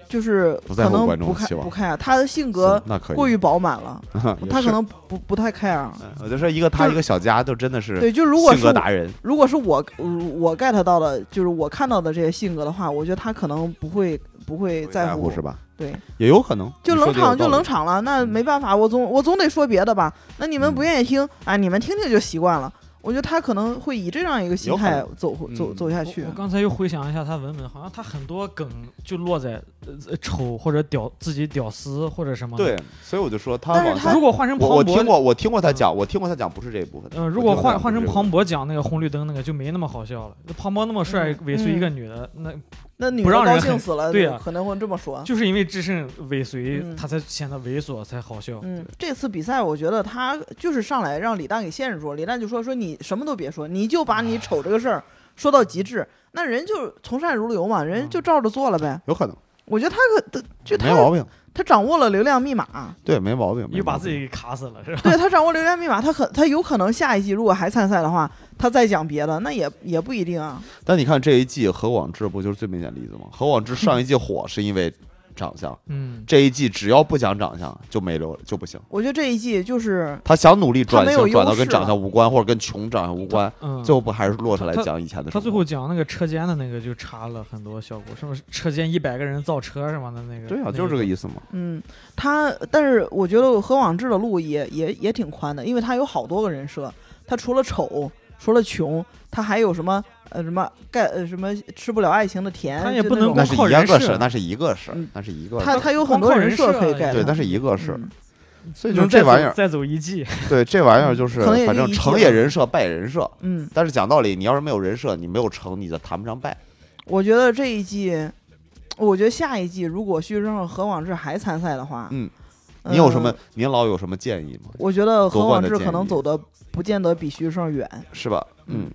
就是不在可乎能观众不的看期望不看啊，他的性格行那可以，过 于饱满了，也他是可能不不太 care。嗯我就说一个他就一个小家，就真的是对，就如果性是格达人。如果是我我 get 到的，就是我看到的这些性格的话，我觉得他可能不会不会在乎是吧？对，也有可能，就你说冷的有场就道理冷。场了，那没办法，我总我总得说别的吧。那你们不嗯愿意听啊，你们听听就习惯了。我觉得他可能会以这样一个心有可态能走走嗯走下我去我。刚才又回想一下他文本，好像他很多梗就落在呃呃丑或者屌自己屌丝或者什么的。对，所以我就说他但是往他下，如果换成庞我我听博，过，我听过嗯他讲，我听过他讲，不是这一部分。呃，我如果听过他换讲换不是这成一庞部分，博讲那个红绿灯那个就没那么好笑了。那庞博那么帅嗯，尾随一个嗯女的，那那女不的让高人兴很死了，对啊可能会这么说。就是因为只剩尾随，嗯他才显得猥琐，才好笑。嗯，这次比赛我觉得他就是上来让李诞给限制住，李诞就说说你什么都别说，你就把你丑这个事儿说到极致，那人就从善如流嘛，人嗯就照着做了呗。有可能我觉得他可就没他毛病，他掌握了流量密 码，对，没毛病，没又把毛自病己给卡死了，是吧？对他掌握流量密码，他可他有可能下一季如果还参赛的话，他再讲别的，那也也不一定啊。但你看这一季何广智不就是最明显的例子吗？何广智上一季火是因为长相，嗯，这一季只要不讲长相就没流就不行。我觉得这一季就是他想努力转他没有优型，势转到跟长相无关或者跟穷长相无关，嗯，最后不还是落下来他讲以前的生活？他最后讲那个车间的那个就差了很多效果，什么车间一百个人造车什么的那个。对那啊，就是这个意思嘛。嗯，他但是我觉得何广智的路也也也挺宽的，因为他有好多个人设，他除了丑，除了穷，他还有什么呃什么盖呃什么吃不了爱情的甜，他也就不那能种那光是靠一人个设事，那是一个事嗯，那是一个他事。他有很多光靠人人设设可以呀盖，对，那但是一个事。嗯所以就能再这走玩意儿，再走 一季，对这玩意儿就是嗯可能也，就反正一季成了也人设，败也人设。嗯，但是讲道理，你要是没有人设，你没有成，你就谈不上败。我觉得这一季，我觉得下一季如果徐志胜何广智还参赛的话，嗯你有什么呃？您老有什么建议吗？我觉得何夺冠广的智可建能议走的不见得比徐志胜远，是吧？嗯，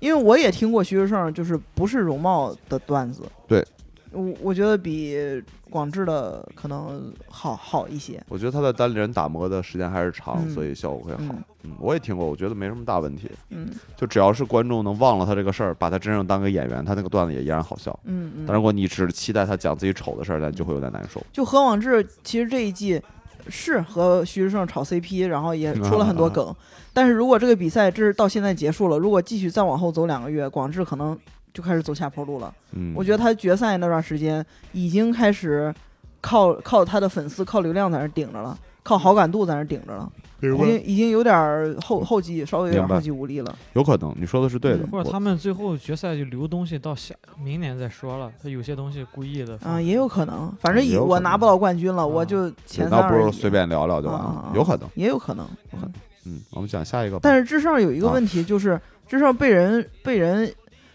因为我也听过徐志胜就是不是容貌的段子，对，我我觉得比广智的可能好好一些，我觉得他的单立人打磨的时间还是长，嗯所以效果会好。嗯嗯，我也听过，我觉得没什么大问题。嗯就只要是观众能忘了他这个事儿，把他真正当个演员，他那个段子也依然好笑。嗯但嗯，如果你只期待他讲自己丑的事儿，那就会有点难受。就何广智其实这一季。是和徐志胜炒 CP，然后也出了很多啊梗。但是如果这个比赛这是到现在结束了，如果继续再往后走两个月，广智可能就开始走下坡路了。嗯，我觉得他决赛那段时间已经开始靠靠他的粉丝、靠流量在那儿顶着了，靠好感度在那儿顶着了，已经已经有点儿后后继稍微有点嗯明白后继无力了。有可能，你说的是对的嗯。或者我他们最后决赛就留东西到下明年再说了，他有些东西故意的啊，也有可能，反正也以有可我能拿不到冠军了，我啊就前三那不而如已。随便聊聊就完啊啊了啊，有可能。也有可能，有可能嗯，我们讲下一个吧。但是是智胜有一个啊问题，就是智胜被人被人，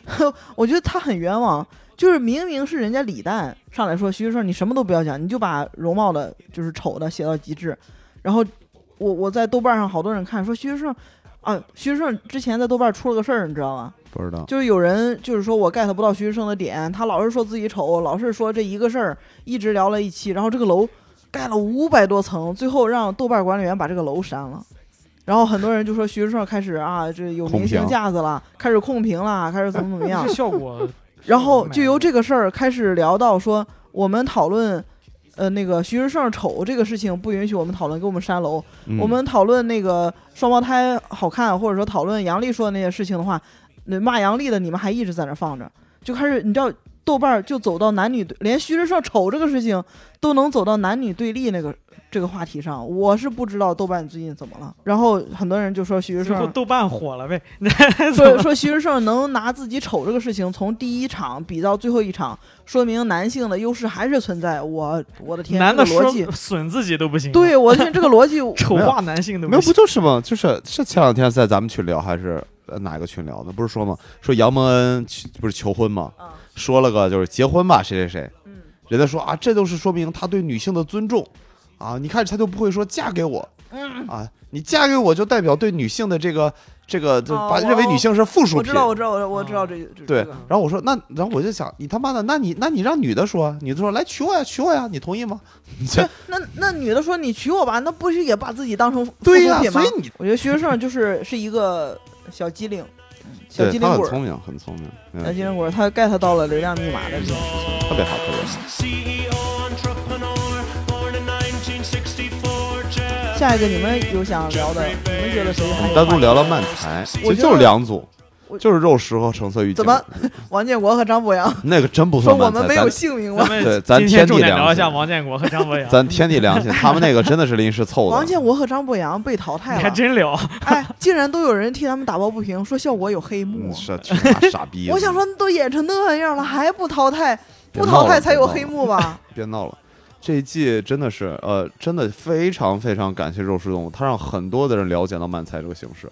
我觉得他很冤枉。就是明明是人家李诞上来说，徐志胜你什么都不要讲，你就把容貌的，就是丑的写到极致。然后我我在豆瓣上好多人看说徐志胜啊，徐志胜之前在豆瓣出了个事儿，你知道吗？不知道，就是有人就是说我 get 不到徐志胜的点，他老是说自己丑，老是说这一个事儿，一直聊了一期，然后这个楼盖了五百多层，最后让豆瓣管理员把这个楼删了。然后很多人就说徐志胜开始啊，这有明星架子了，开始控评了，开始怎么怎么 样 这，效果然后就由这个事儿开始聊到说我们讨论呃那个徐志胜丑这个事情不允许我们讨论，给我们删楼。嗯我们讨论那个双胞胎好看，或者说讨论杨笠说的那些事情的话，那骂杨笠的你们还一直在那放着，就开始你知道豆瓣儿就走到男女对，连徐志胜丑这个事情都能走到男女对立那个这个话题上，我是不知道豆瓣最近怎么了。然后很多人就说徐志最后胜。豆瓣火了呗， 说说徐志胜能拿自己丑这个事情从第一场比到最后一场，说明男性的优势还是存在。我我的天， 男这的个逻辑说，损自己都不行，，啊对啊我的天，这个逻 辑，丑化男性都没有不行。就是吗？就是是前两天在咱们群聊还是呃哪个群聊的？不是说吗？说杨蒙恩去不是求婚吗？啊说了个就是结婚吧，谁谁谁，嗯，人家说啊，这都是说明他对女性的尊重啊！你看他就不会说嫁给我，嗯啊，你嫁给我就代表对女性的这个这个，就哦把我认为女性是附属我品知。道，我知道，我我知道啊这这对这个，然后我说那，然后我就想，你他妈的，那你那你让女的说，女的说来娶我呀，娶我呀，你同意吗？你这那那女的说你娶我吧，那不是也把自己当成附对属呀、品吗所以你我觉得学生就是是一个小机灵，小对机灵他很鬼儿，聪明，很聪明，没小问机题灵鬼儿，他 get 到了流量密码的这个。特别好，特别好。 CEO entrepreneur, born in 1964, Jeff 下一个你们有想聊的，你们觉得谁我还们有单独话题聊聊漫才，其我实觉就是得两组我，就是肉食和橙色预警。怎 么王建国和张博洋那个真不 说算我漫才？们没有咱姓名吗咱？们对咱今天天重地点良聊一心下王建国和张博洋， 咱天地良心，他们那个真的是临时凑的。王建国和张博洋被淘你汰还了，真聊，哎，竟然都有人替他们打抱不平，说效果有黑幕嗯。是去他妈傻逼！我想，说，都演成那样了，还不淘汰？别不闹淘了汰才别有闹黑了幕吧？别闹了。这一季真的是，呃，真的非常非常感谢肉食动物，它让很多的人了解到漫才这个形式。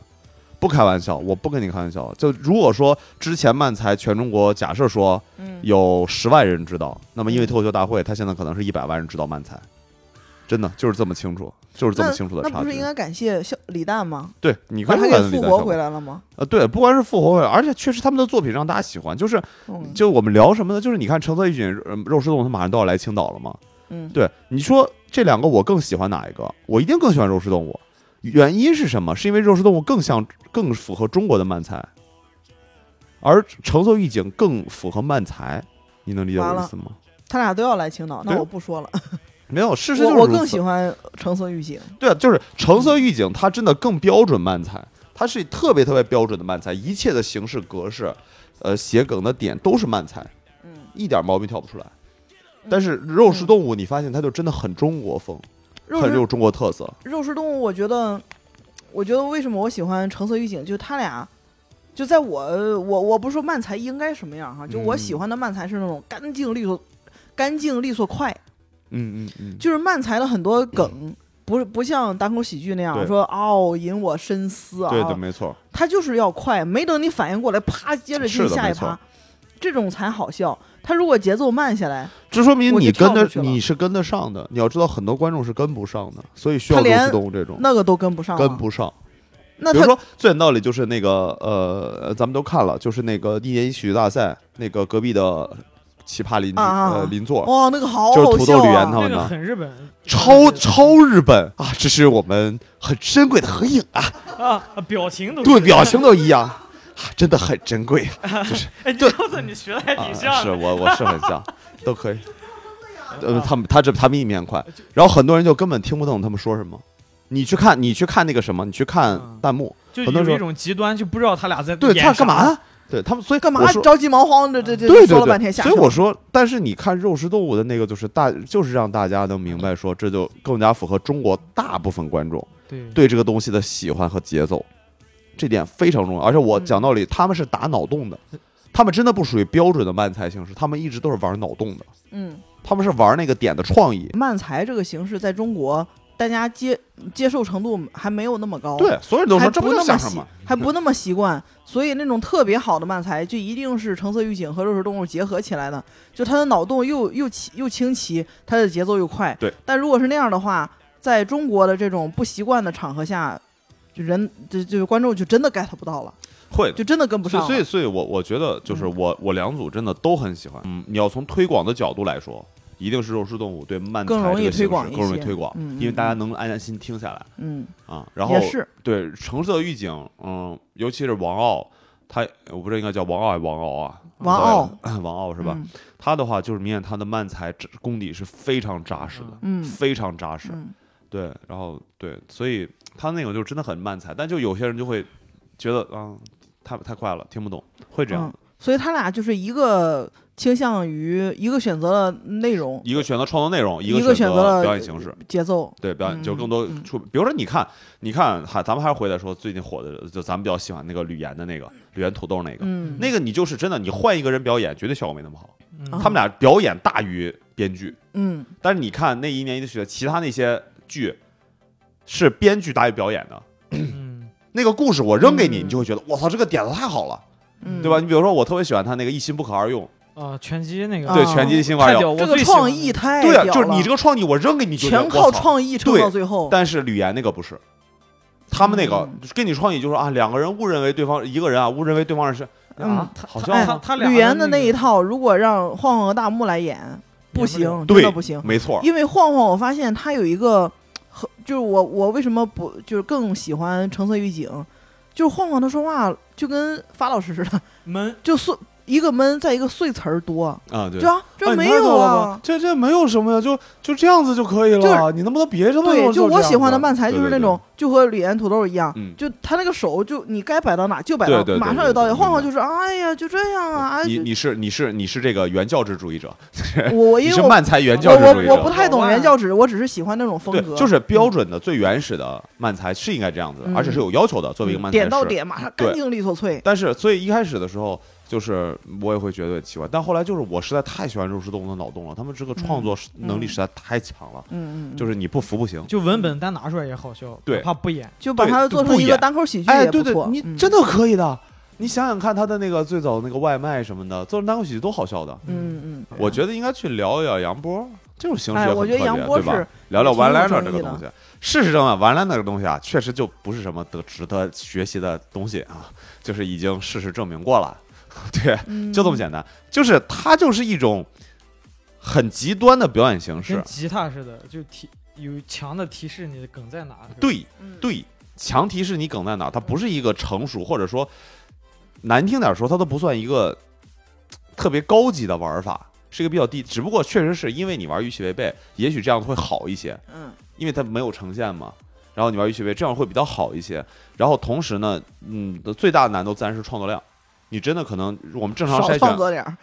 不开玩笑，我不跟你开玩笑。就如果说之前漫才全中国，假设说嗯，有十万人知道，那么因为脱口秀大会，它现在可能是一百万人知道漫才。真的就是这么清楚，就是这么那清楚的那差不是应距。该感谢肖李诞吗？对，你可把以他这么给理复解活成回来了吗？呃，对，不光是复活回来，而且确实他们的作品让大家喜欢。就是嗯就我们聊什么呢？就是你看橙色预警、呃肉食动物，它马上都要来青岛了嘛。嗯，对，你说这两个我更喜欢哪一个？我一定更喜欢肉食动物。原因是什么？是因为肉食动物更像、更符合中国的慢才，而橙色预警更符合慢才。你能理解我完的了意思吗？他俩都要来青岛，那对我不说了。没有，事实就是我我如更此喜欢橙色预警。对啊，就是橙色预警，它真的更标准慢才，它是特别特别标准的慢才，一切的形式格式，呃，谐梗的点都是慢才，嗯，一点毛病挑不出来。但是肉食动物，你发现它就真的很中国风，肉很有食中国特色。肉食动物，我觉得，我觉得为什么我喜欢橙色预警，就他俩。就在我我我不是说慢才应该什么样哈，就我嗯喜欢的慢才是那种干净利索、干净利索快，嗯嗯嗯，就是慢才的很多梗，不是不像单口喜剧那样对说哦引我深思啊，对对，没错。他就是要快，没等你反应过来，啪，接着进是的下一没错趴，这种才好笑。他如果节奏慢下来，这说明我就你跟跳得出去了你是跟得上的。你要知道，很多观众是跟不上的，所以需要他肉连食动物这种那个都跟不上了，嗯跟不上。那比如他说最简单道理就是那个呃，呃咱们都看了，就是那个一年一喜剧大赛，那个隔壁的奇葩邻居、啊啊呃邻座，哇，那个好就是好土豆笑吕岩他啊！们呢那个很日本，超超日本啊！这是我们很珍贵的合影啊，啊，啊表情都对，表情都一样。啊、真的很珍贵 哎，你告诉你学 的还啊！挺像是的，我，我是很像，都可以。呃，他们他这他们一面快，然后很多人就根本听不懂他们说什么。你去看，你去看那个什么，你去看嗯弹幕，就很多时有候一种极端，就不知道他俩在对演他干嘛啥呢？对他们，所以干嘛我说着急忙慌的？这这对对说对，了半天下手，所以我说，但是你看肉食动物的那个，就是大，就是让大家能明白说，这就更加符合中国大部分观众对对这个东西的喜欢和节奏，这点非常重要。而且我嗯讲道理，他们是打脑洞的，他们真的不属于标准的慢才形式，他们一直都是玩脑洞的，嗯，他们是玩那个点的创意。慢才这个形式在中国大家接接受程度还没有那么高，对，，所有人都哦还说这不不就那么相声习吗？，还不那么习惯，所以那种特别好的慢才就一定是橙色预警和肉食动物结合起来的，就它的脑洞又又奇又清奇，它的节奏又快。对，但如果是那样的话，在中国的这种不习惯的场合下，就人就就观众就真的 get 不到了， 会就真的跟不上了。所以，所以我我觉得就是嗯我、我两组真的都很喜欢。嗯，你要从推广的角度来说，一定是肉食动物对慢才更容易这个形式推广一些更容易推广，嗯嗯因为大家能安心听下来嗯，啊。然后也是，对橙色预警，嗯，尤其是王傲，他我不知道应该叫王傲还是王敖啊，王敖 王敖是吧？嗯他的话就是明显他的慢才这功底是非常扎实的，嗯非常扎实。嗯对，然后对，所以他那种就真的很慢才，但就有些人就会觉得啊，太太快了，听不懂，会这样。嗯，所以他俩就是一个倾向于一个选择了内容、一个选择创作内容，一一个个选选择了表演形式，节奏，对表演就更多嗯嗯出。比如说，你看，你看，还咱们还是回来说最近火的，就咱们比较喜欢那个吕岩的那个吕岩土豆那个，嗯，那个你就是真的，你换一个人表演，绝对效果没那么好。嗯啊他们俩表演大于编剧，嗯但是你看那一年一的学，其他那些剧是编剧大于表演的。嗯那个故事我扔给你，嗯你就会觉得我操，这个点子太好了，嗯，对吧？？你比如说，我特别喜欢他那个一心不可二用，哦，拳击那个啊对拳击一心不可二太屌用，我这个最喜欢创意太对啊，屌就是你了这个创意我扔给你就觉得全靠我操创意撑对到最后，但是吕岩那个不是，他们那个嗯跟你创意就是啊，两个人误认为对方一个人啊，误认为对方是啊嗯，好哎像他他俩吕岩的的那那个一套，如果让晃晃和大木来演，不行，真对的不行。没错，因为晃晃，我发现他有一个和，就是我我为什么不就是更喜欢橙色预警，就是晃晃他说话就跟法老师似的，闷，就碎一个闷，再一个碎词儿多，啊，对对。啊，这哎没你看到有了吗啊。这这没有什么呀，就就这样子就可以就了。啊你能不能别这么对，弄就这我样喜欢的子漫才就是对对那对种，就和李岩土豆一样，嗯就他那个手就你该摆到哪就摆对到，对对马对上有对道理。对晃晃就明是哎呀，就这样啊，哎你就你是你是你是这个原教旨主义者， 我我你因是哎为我慢才原我教旨我主义我我不者，太懂我原教旨，我只是喜欢那种风对格，，就是标准的最原始的慢才是应该这样子的，嗯而且是有要求的。作为一个慢才点到师点，马上对干净利索脆。但是，所以一开始的时候，就是我也会觉得很奇怪，但后来就是我实在太喜欢肉食动物的脑洞了，他们这个创作嗯能力实在太强了，嗯嗯，就是你不服不行。就文本单拿出来也好笑，对哪怕不演，就把对它就做不成一个演单口喜剧哎，也对不对错。，你嗯真的可以的。你想想看，他的那个最早的那个外卖什么的，做成单口喜剧多好笑的。嗯嗯嗯，我觉得应该去聊一聊杨波这种形式也哎很我特觉得别，杨波对吧是？聊聊挺有 one liner 争这议个的东西。事实上啊，one liner 这个东西啊，确实就不是什么得值得学习的东西啊，就是已经事实证明过了。 对，嗯就这么简单，就是它就是一种很极端的表演形式跟，吉他似的，就提有强的提示你的梗在哪。是吧，对嗯对，强提示你梗在哪儿，它不是一个成熟或者说难听点儿说，它都不算一个特别高级的玩法，是一个比较低，只不过确实是因为你玩预期违背，也许这样会好一些，嗯因为它没有呈现嘛。然后你玩预期违背，这样会比较好一些。然后同时呢，嗯，最大的难度自然是创作量。你真的可能我们正常少筛创选作点儿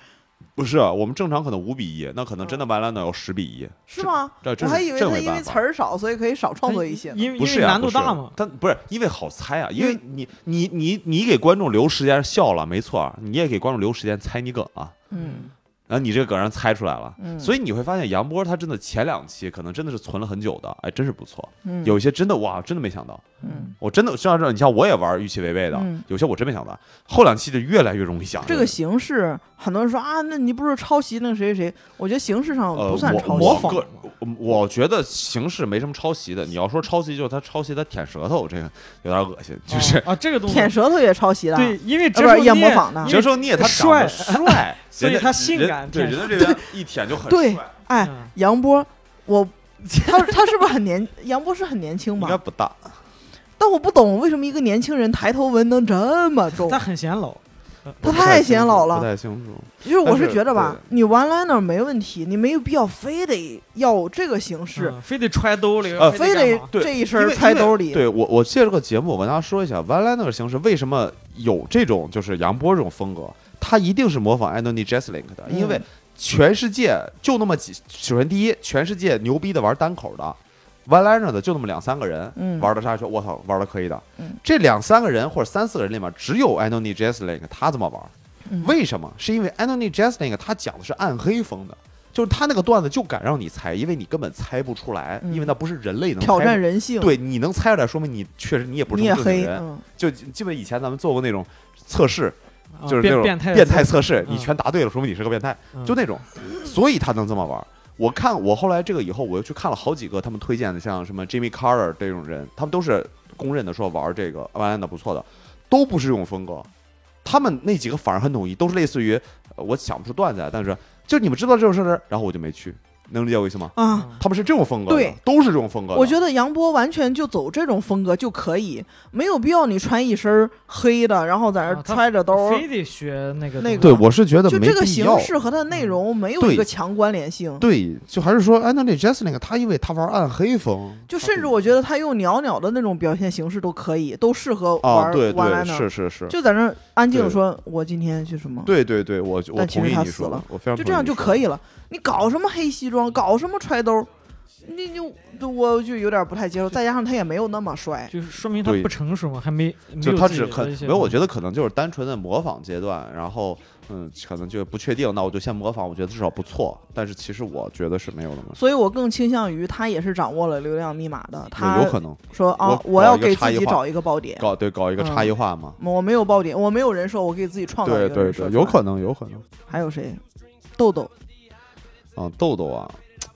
不是，我们正常可能五比一，那可能真的嗯完了呢有十比一，是吗？这这我是还以为这他没因为办法词儿少，所以可以少创作一些呢。因为不因是为呀难度不是啊大嘛。他不是因为好猜啊，因因为为你你你你给观众留时间笑了，没错儿，你也给观众留时间猜你梗啊，嗯然后你这个梗让猜出来了，嗯，所以你会发现杨波他真的前两期可能真的是存了很久的，哎，真是不错，以有一些真的哇，真的没想到，嗯，我真的像这你像我也玩预期违背的嗯，有些我真没想到，后两期就越来越容易想这个形式，很多人说啊，那你不是抄袭那谁谁谁？我觉得形式上呃，不算我抄我袭模。仿个我我觉得形式没什么抄袭的。你要说抄袭，就是他抄袭他舔舌头，这个有点恶心。就是啊，啊这个东西舔舌头也抄袭了，对，因为不折是寿也孽模仿的因为折寿孽他长得 帅，所以人家他性人感对，舔人家这边一舔就很对帅，哎，嗯杨波， 我他他是不是很年？杨波是很年轻应该吧？不大。但我不懂为什么一个年轻人抬头纹能这么重他，很显老，他不太太清显楚老了不。太清楚。就是我但是是觉得吧，你玩 liner 没问题，你没有必要非得要这个形式，嗯非得揣兜里，呃非得得干嘛对这一因身为揣因为兜里。对我，我借这个节目，我跟大家说一下 One Liner 形式为什么有这种就是杨波这种风格，他一定是模仿 Anthony Jeselnik 的，因为嗯全世界就那么几，首先第一，全世界牛逼的玩单口的 One Liner 的就那么两三个人，嗯玩的啥说，我操，玩的可以的，嗯这两三个人或者三四个人里面，只有 Anthony Jeselnik 他这么玩，嗯为什么？是因为 Anthony Jeselnik 他讲的是暗黑风的。就是他那个段子就敢让你猜，因为你根本猜不出来，嗯因为那不是人类能挑猜战人性，对，你能猜出来，说明你确实你也不是你也正经黑，人。嗯，就基本以前咱们做过那种测试，啊就是那变种变态变态测试，你嗯全答对了，说明你是个变态，嗯就那种。所以他能这么玩儿。我看我后来这个以后，我又去看了好几个他们推荐的，像什么 Jimmy Carter 这种人，他们都是公认的说玩这个玩安的不错的，都不是这种风格。他们那啊几个反而很统一，都是类似于呃我想不出段子来，但是就你们知道这种事儿，然后我就没去。能理解我意思吗？啊。嗯他们是这种风格的，对都是这种风格的。我觉得杨波完全就走这种风格就可以，没有必要你穿一身黑的，然后在那啊儿他揣着兜儿，非得学那个那东个对，西我是觉得就没这个必形要。嗯式和它的内容没有对一个强关联性。对，就还是说安德烈·杰斯那个，他因为他玩暗黑风，就他甚至不我觉得他用袅袅的那种表现形式都可以，都适合玩、啊，对玩对安娜是是是，就在那儿安静对地说：“我今天去什么？”，对对对，我我但其同实意他你死说的了，我非常就同这意样你就说可的以了。你搞什么黑西装，搞什么揣兜儿，你你我就有点不太接受。再加上他也没有那么帅，就是说明他对不成熟嘛，还没就他只可可没有，我觉得可能就是单纯的模仿阶段，然后嗯，可能就不确定，那我就先模仿，我觉得至少不错。但是其实我觉得是没有那么所以我更倾向于他也是掌握了流量密码的。他有有可能说啊，我我要搞一个给差自异己化找一个爆点，搞对搞一个差嗯异化嘛。我没有爆点，我没有人设，我给自己创造一对个对人设对，出有来可能有可能还有谁？豆豆，啊，豆豆啊，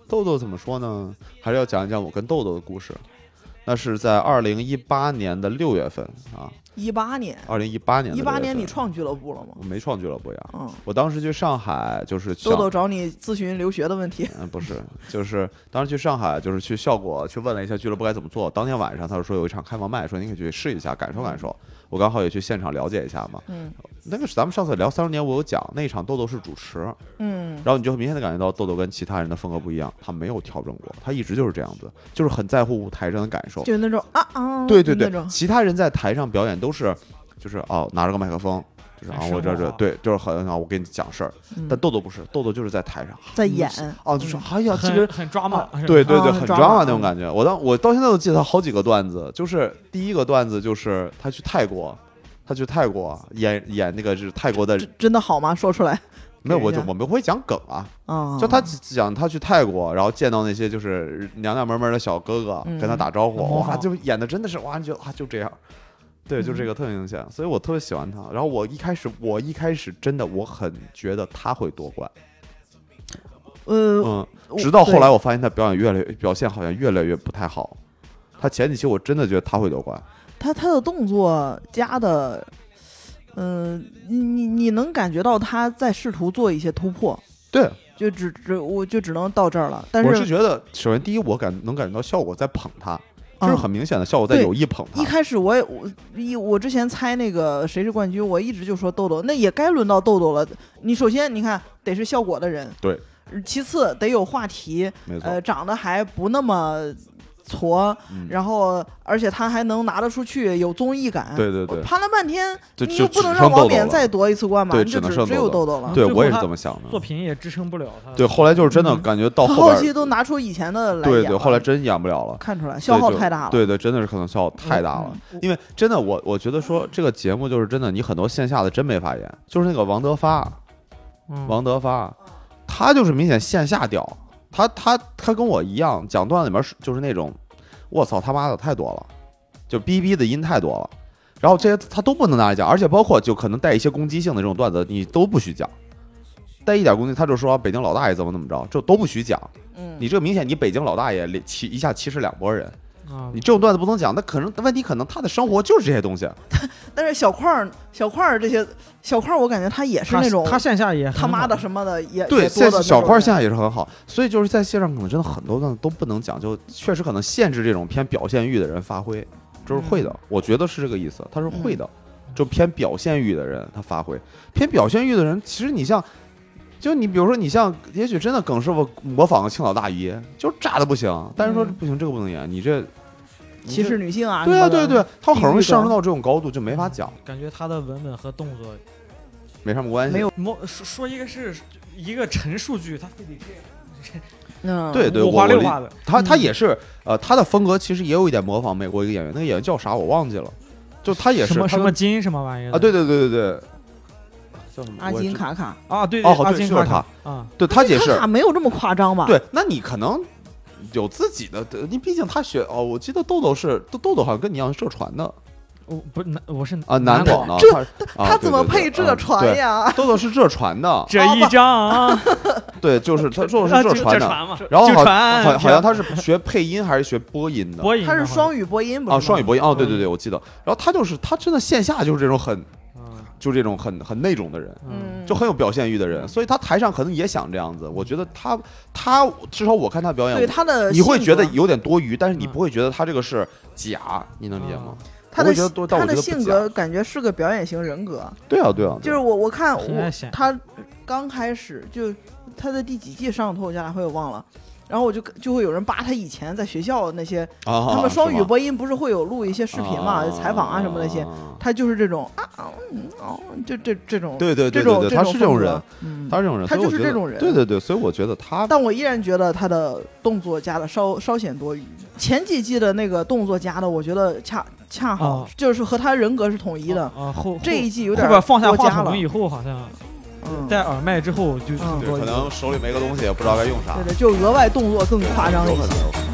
豆豆怎么说呢？还是要讲一讲我跟豆豆的故事。那是在二零一八年的六月份啊，一八年，二零一八年的一八年6月你份创俱乐部了吗？我没创俱乐部呀，嗯，我当时去上海就是豆想豆找你咨询留学的问题，嗯，不是，就是当时去上海，就是去效果去问了一下俱乐部该怎么做。当天晚上，他就说有一场开放麦，说你可以去试一下，感受感受。我刚好也去现场了解一下嘛。嗯那个是咱们上次聊三周年，我有讲那一场豆豆是主持，嗯 然，后你就明显的感觉到豆豆跟其他人的风格不一样，他没有调整过，他一直就是这样子，就是很在乎舞台上的感受。就那种啊啊，对对对那，种其他人在台上表演都是，就是哦拿着个麦克风，就是啊很我这生活这化对，就是很啊我给你讲事儿。嗯但豆豆不是，豆豆就是在台上在演，嗯哦，就说哎呀这个很人很抓马，哦是吧对对对，啊很抓马 drama 那种感觉。我当我到现在都记得他好几个段子，就是第一个段子就是他去泰国，他去泰国演演那个是泰国的，真真的好吗？说出来没有我就人家我们会讲梗啊，啊，就他讲他去泰国，然后见到那些就是娘娘们们的小哥哥嗯跟他打招呼，模哇，仿就演的真的是哇，你觉得啊就这样。对，就这个特别明显，所以我特别喜欢他。然后我一开始，我一开始真的我很觉得他会夺冠，呃，嗯，我直到后来对我发现他表演越来越表现好像越来越不太好。他前几期我真的觉得他会夺冠，他他的动作加的，嗯，你你你能感觉到他在试图做一些突破，对就只只我就只能到这儿了，但我是觉得，首先第一我感能感觉到效果在捧他，这是嗯很明显的效果在对有意捧他一。开始我也我一我之前猜那个谁是冠军，我一直就说豆豆，那也该轮到豆豆了。你首先你看得是效果的人，对，其次得有话题，没错，呃，长得还不那么矬，嗯然后而且他还能拿得出去，有综艺感。对对对盘了半天，就你就又不只能剩让豆王豆冕了再夺一次冠吧？对你只就能只剩只有豆豆豆 了。对最后我也是他这么想的作。品也支撑不了他。对，后来就是真的嗯感觉到他后边儿，期都拿出以前的来对演对，了后来真演不了了。看出来所消以耗就太大了。嗯对对，真的是可能消耗太大了。因为真的，我我觉得说这个节目就是真的，你很多线下的真没法演，就是那个王德发，嗯，王德发，啊他就是明显线下屌，他他他跟我一样，讲段子里面是就是那种，我操他妈的太多了，就逼逼的音太多了，然后这些他都不能拿来讲，而且包括就可能带一些攻击性的这种段子，你都不许讲。带一点攻击，他就说北京老大爷怎么怎么着，这都不许讲。嗯，你这个明显，你北京老大爷连歧一下歧视两拨人，啊你，这种段子不能讲。那可能问题可能他的生活就是这些东西，但是小块儿小块儿这些小块儿，我感觉他也是他那种他线下也很他妈的好什么的也对，也多现的那小种块儿人现在也是很好，所以就是在线上可能真的很多段子都不能讲，就确实可能限制这种偏表现欲的人发挥，这是嗯会的，我觉得是这个意思，他是会的，就偏表现欲的人他发挥，偏表现欲的人，其实你像，就你比如说你像，也许真的耿师傅模仿个青岛大姨，就是炸的不行，但是说嗯不行，这个不能演，你这你歧这视女性啊，对啊什么对的对，，他很容易地域上升的到这种高度就没法讲，感觉他的文本和动作没什么关系，没有某说说一个是一个陈述句，他非得这样嗯，啊对对，五我花我六理花的，他他嗯也是，呃，他的风格其实也有一点模仿美国一个演员，那个演员叫啥我忘记了，就他也是什么他什跟么金什么玩意儿的啊，对对对对对，叫什么阿金，卡卡，啊对哦好阿对金就是卡卡啊我也是对他也是卡，卡没有这么夸张吧？，对，那你可能有自己的，对你毕竟他学哦，我记得豆豆是豆豆豆好像跟你一样是社传的我不是南我是啊，南南广的，这他啊他对怎么对对配嗯这船对呀？豆豆是浙传 的，这一张啊，对，就是他豆豆是啊浙就传这的，传嘛，然后就好传好好像他是学配音还是学播音的啊播音他是的好像双语播音吧？啊，双语播音哦，对对嗯对，我记得，然后他就是他真的线下就是这种很。嗯就这种很很那种的人，嗯，就很有表现欲的嗯人，所以他台上可能也想这样子。我觉得他他至少我看他表演，对他的你会性觉得格有点多余，但是你嗯不会觉得他这个是假，你能理解吗？他我的会觉得多，但他我的觉得性不格假。感觉是个表演型人格，对啊，对啊，就是我我看很爱我显他刚开始就他在第几季上脱口秀大会我忘了，然后我就就会有人扒他以前在学校那些，啊，他们双语是吗播音不是会有录一些视频嘛，就采访啊什么那些，他就是这种啊啊嗯哦，就这这种对对对这种对对他是这种风格人，嗯，他是这种人，他所以我就是觉得这种人对对对，所以我觉得他但我依然觉得他的动作加的稍稍显多余。前几季的那个动作加的，我觉得恰恰好、哦就是和他人格是统一的。啊，后这一季有后点边放下多加话了筒以后，好像嗯，戴耳麦之后就嗯很对多可能手里没个东西，也不知道该用啥对，对，就额外动作更夸张一有可些。能有可能。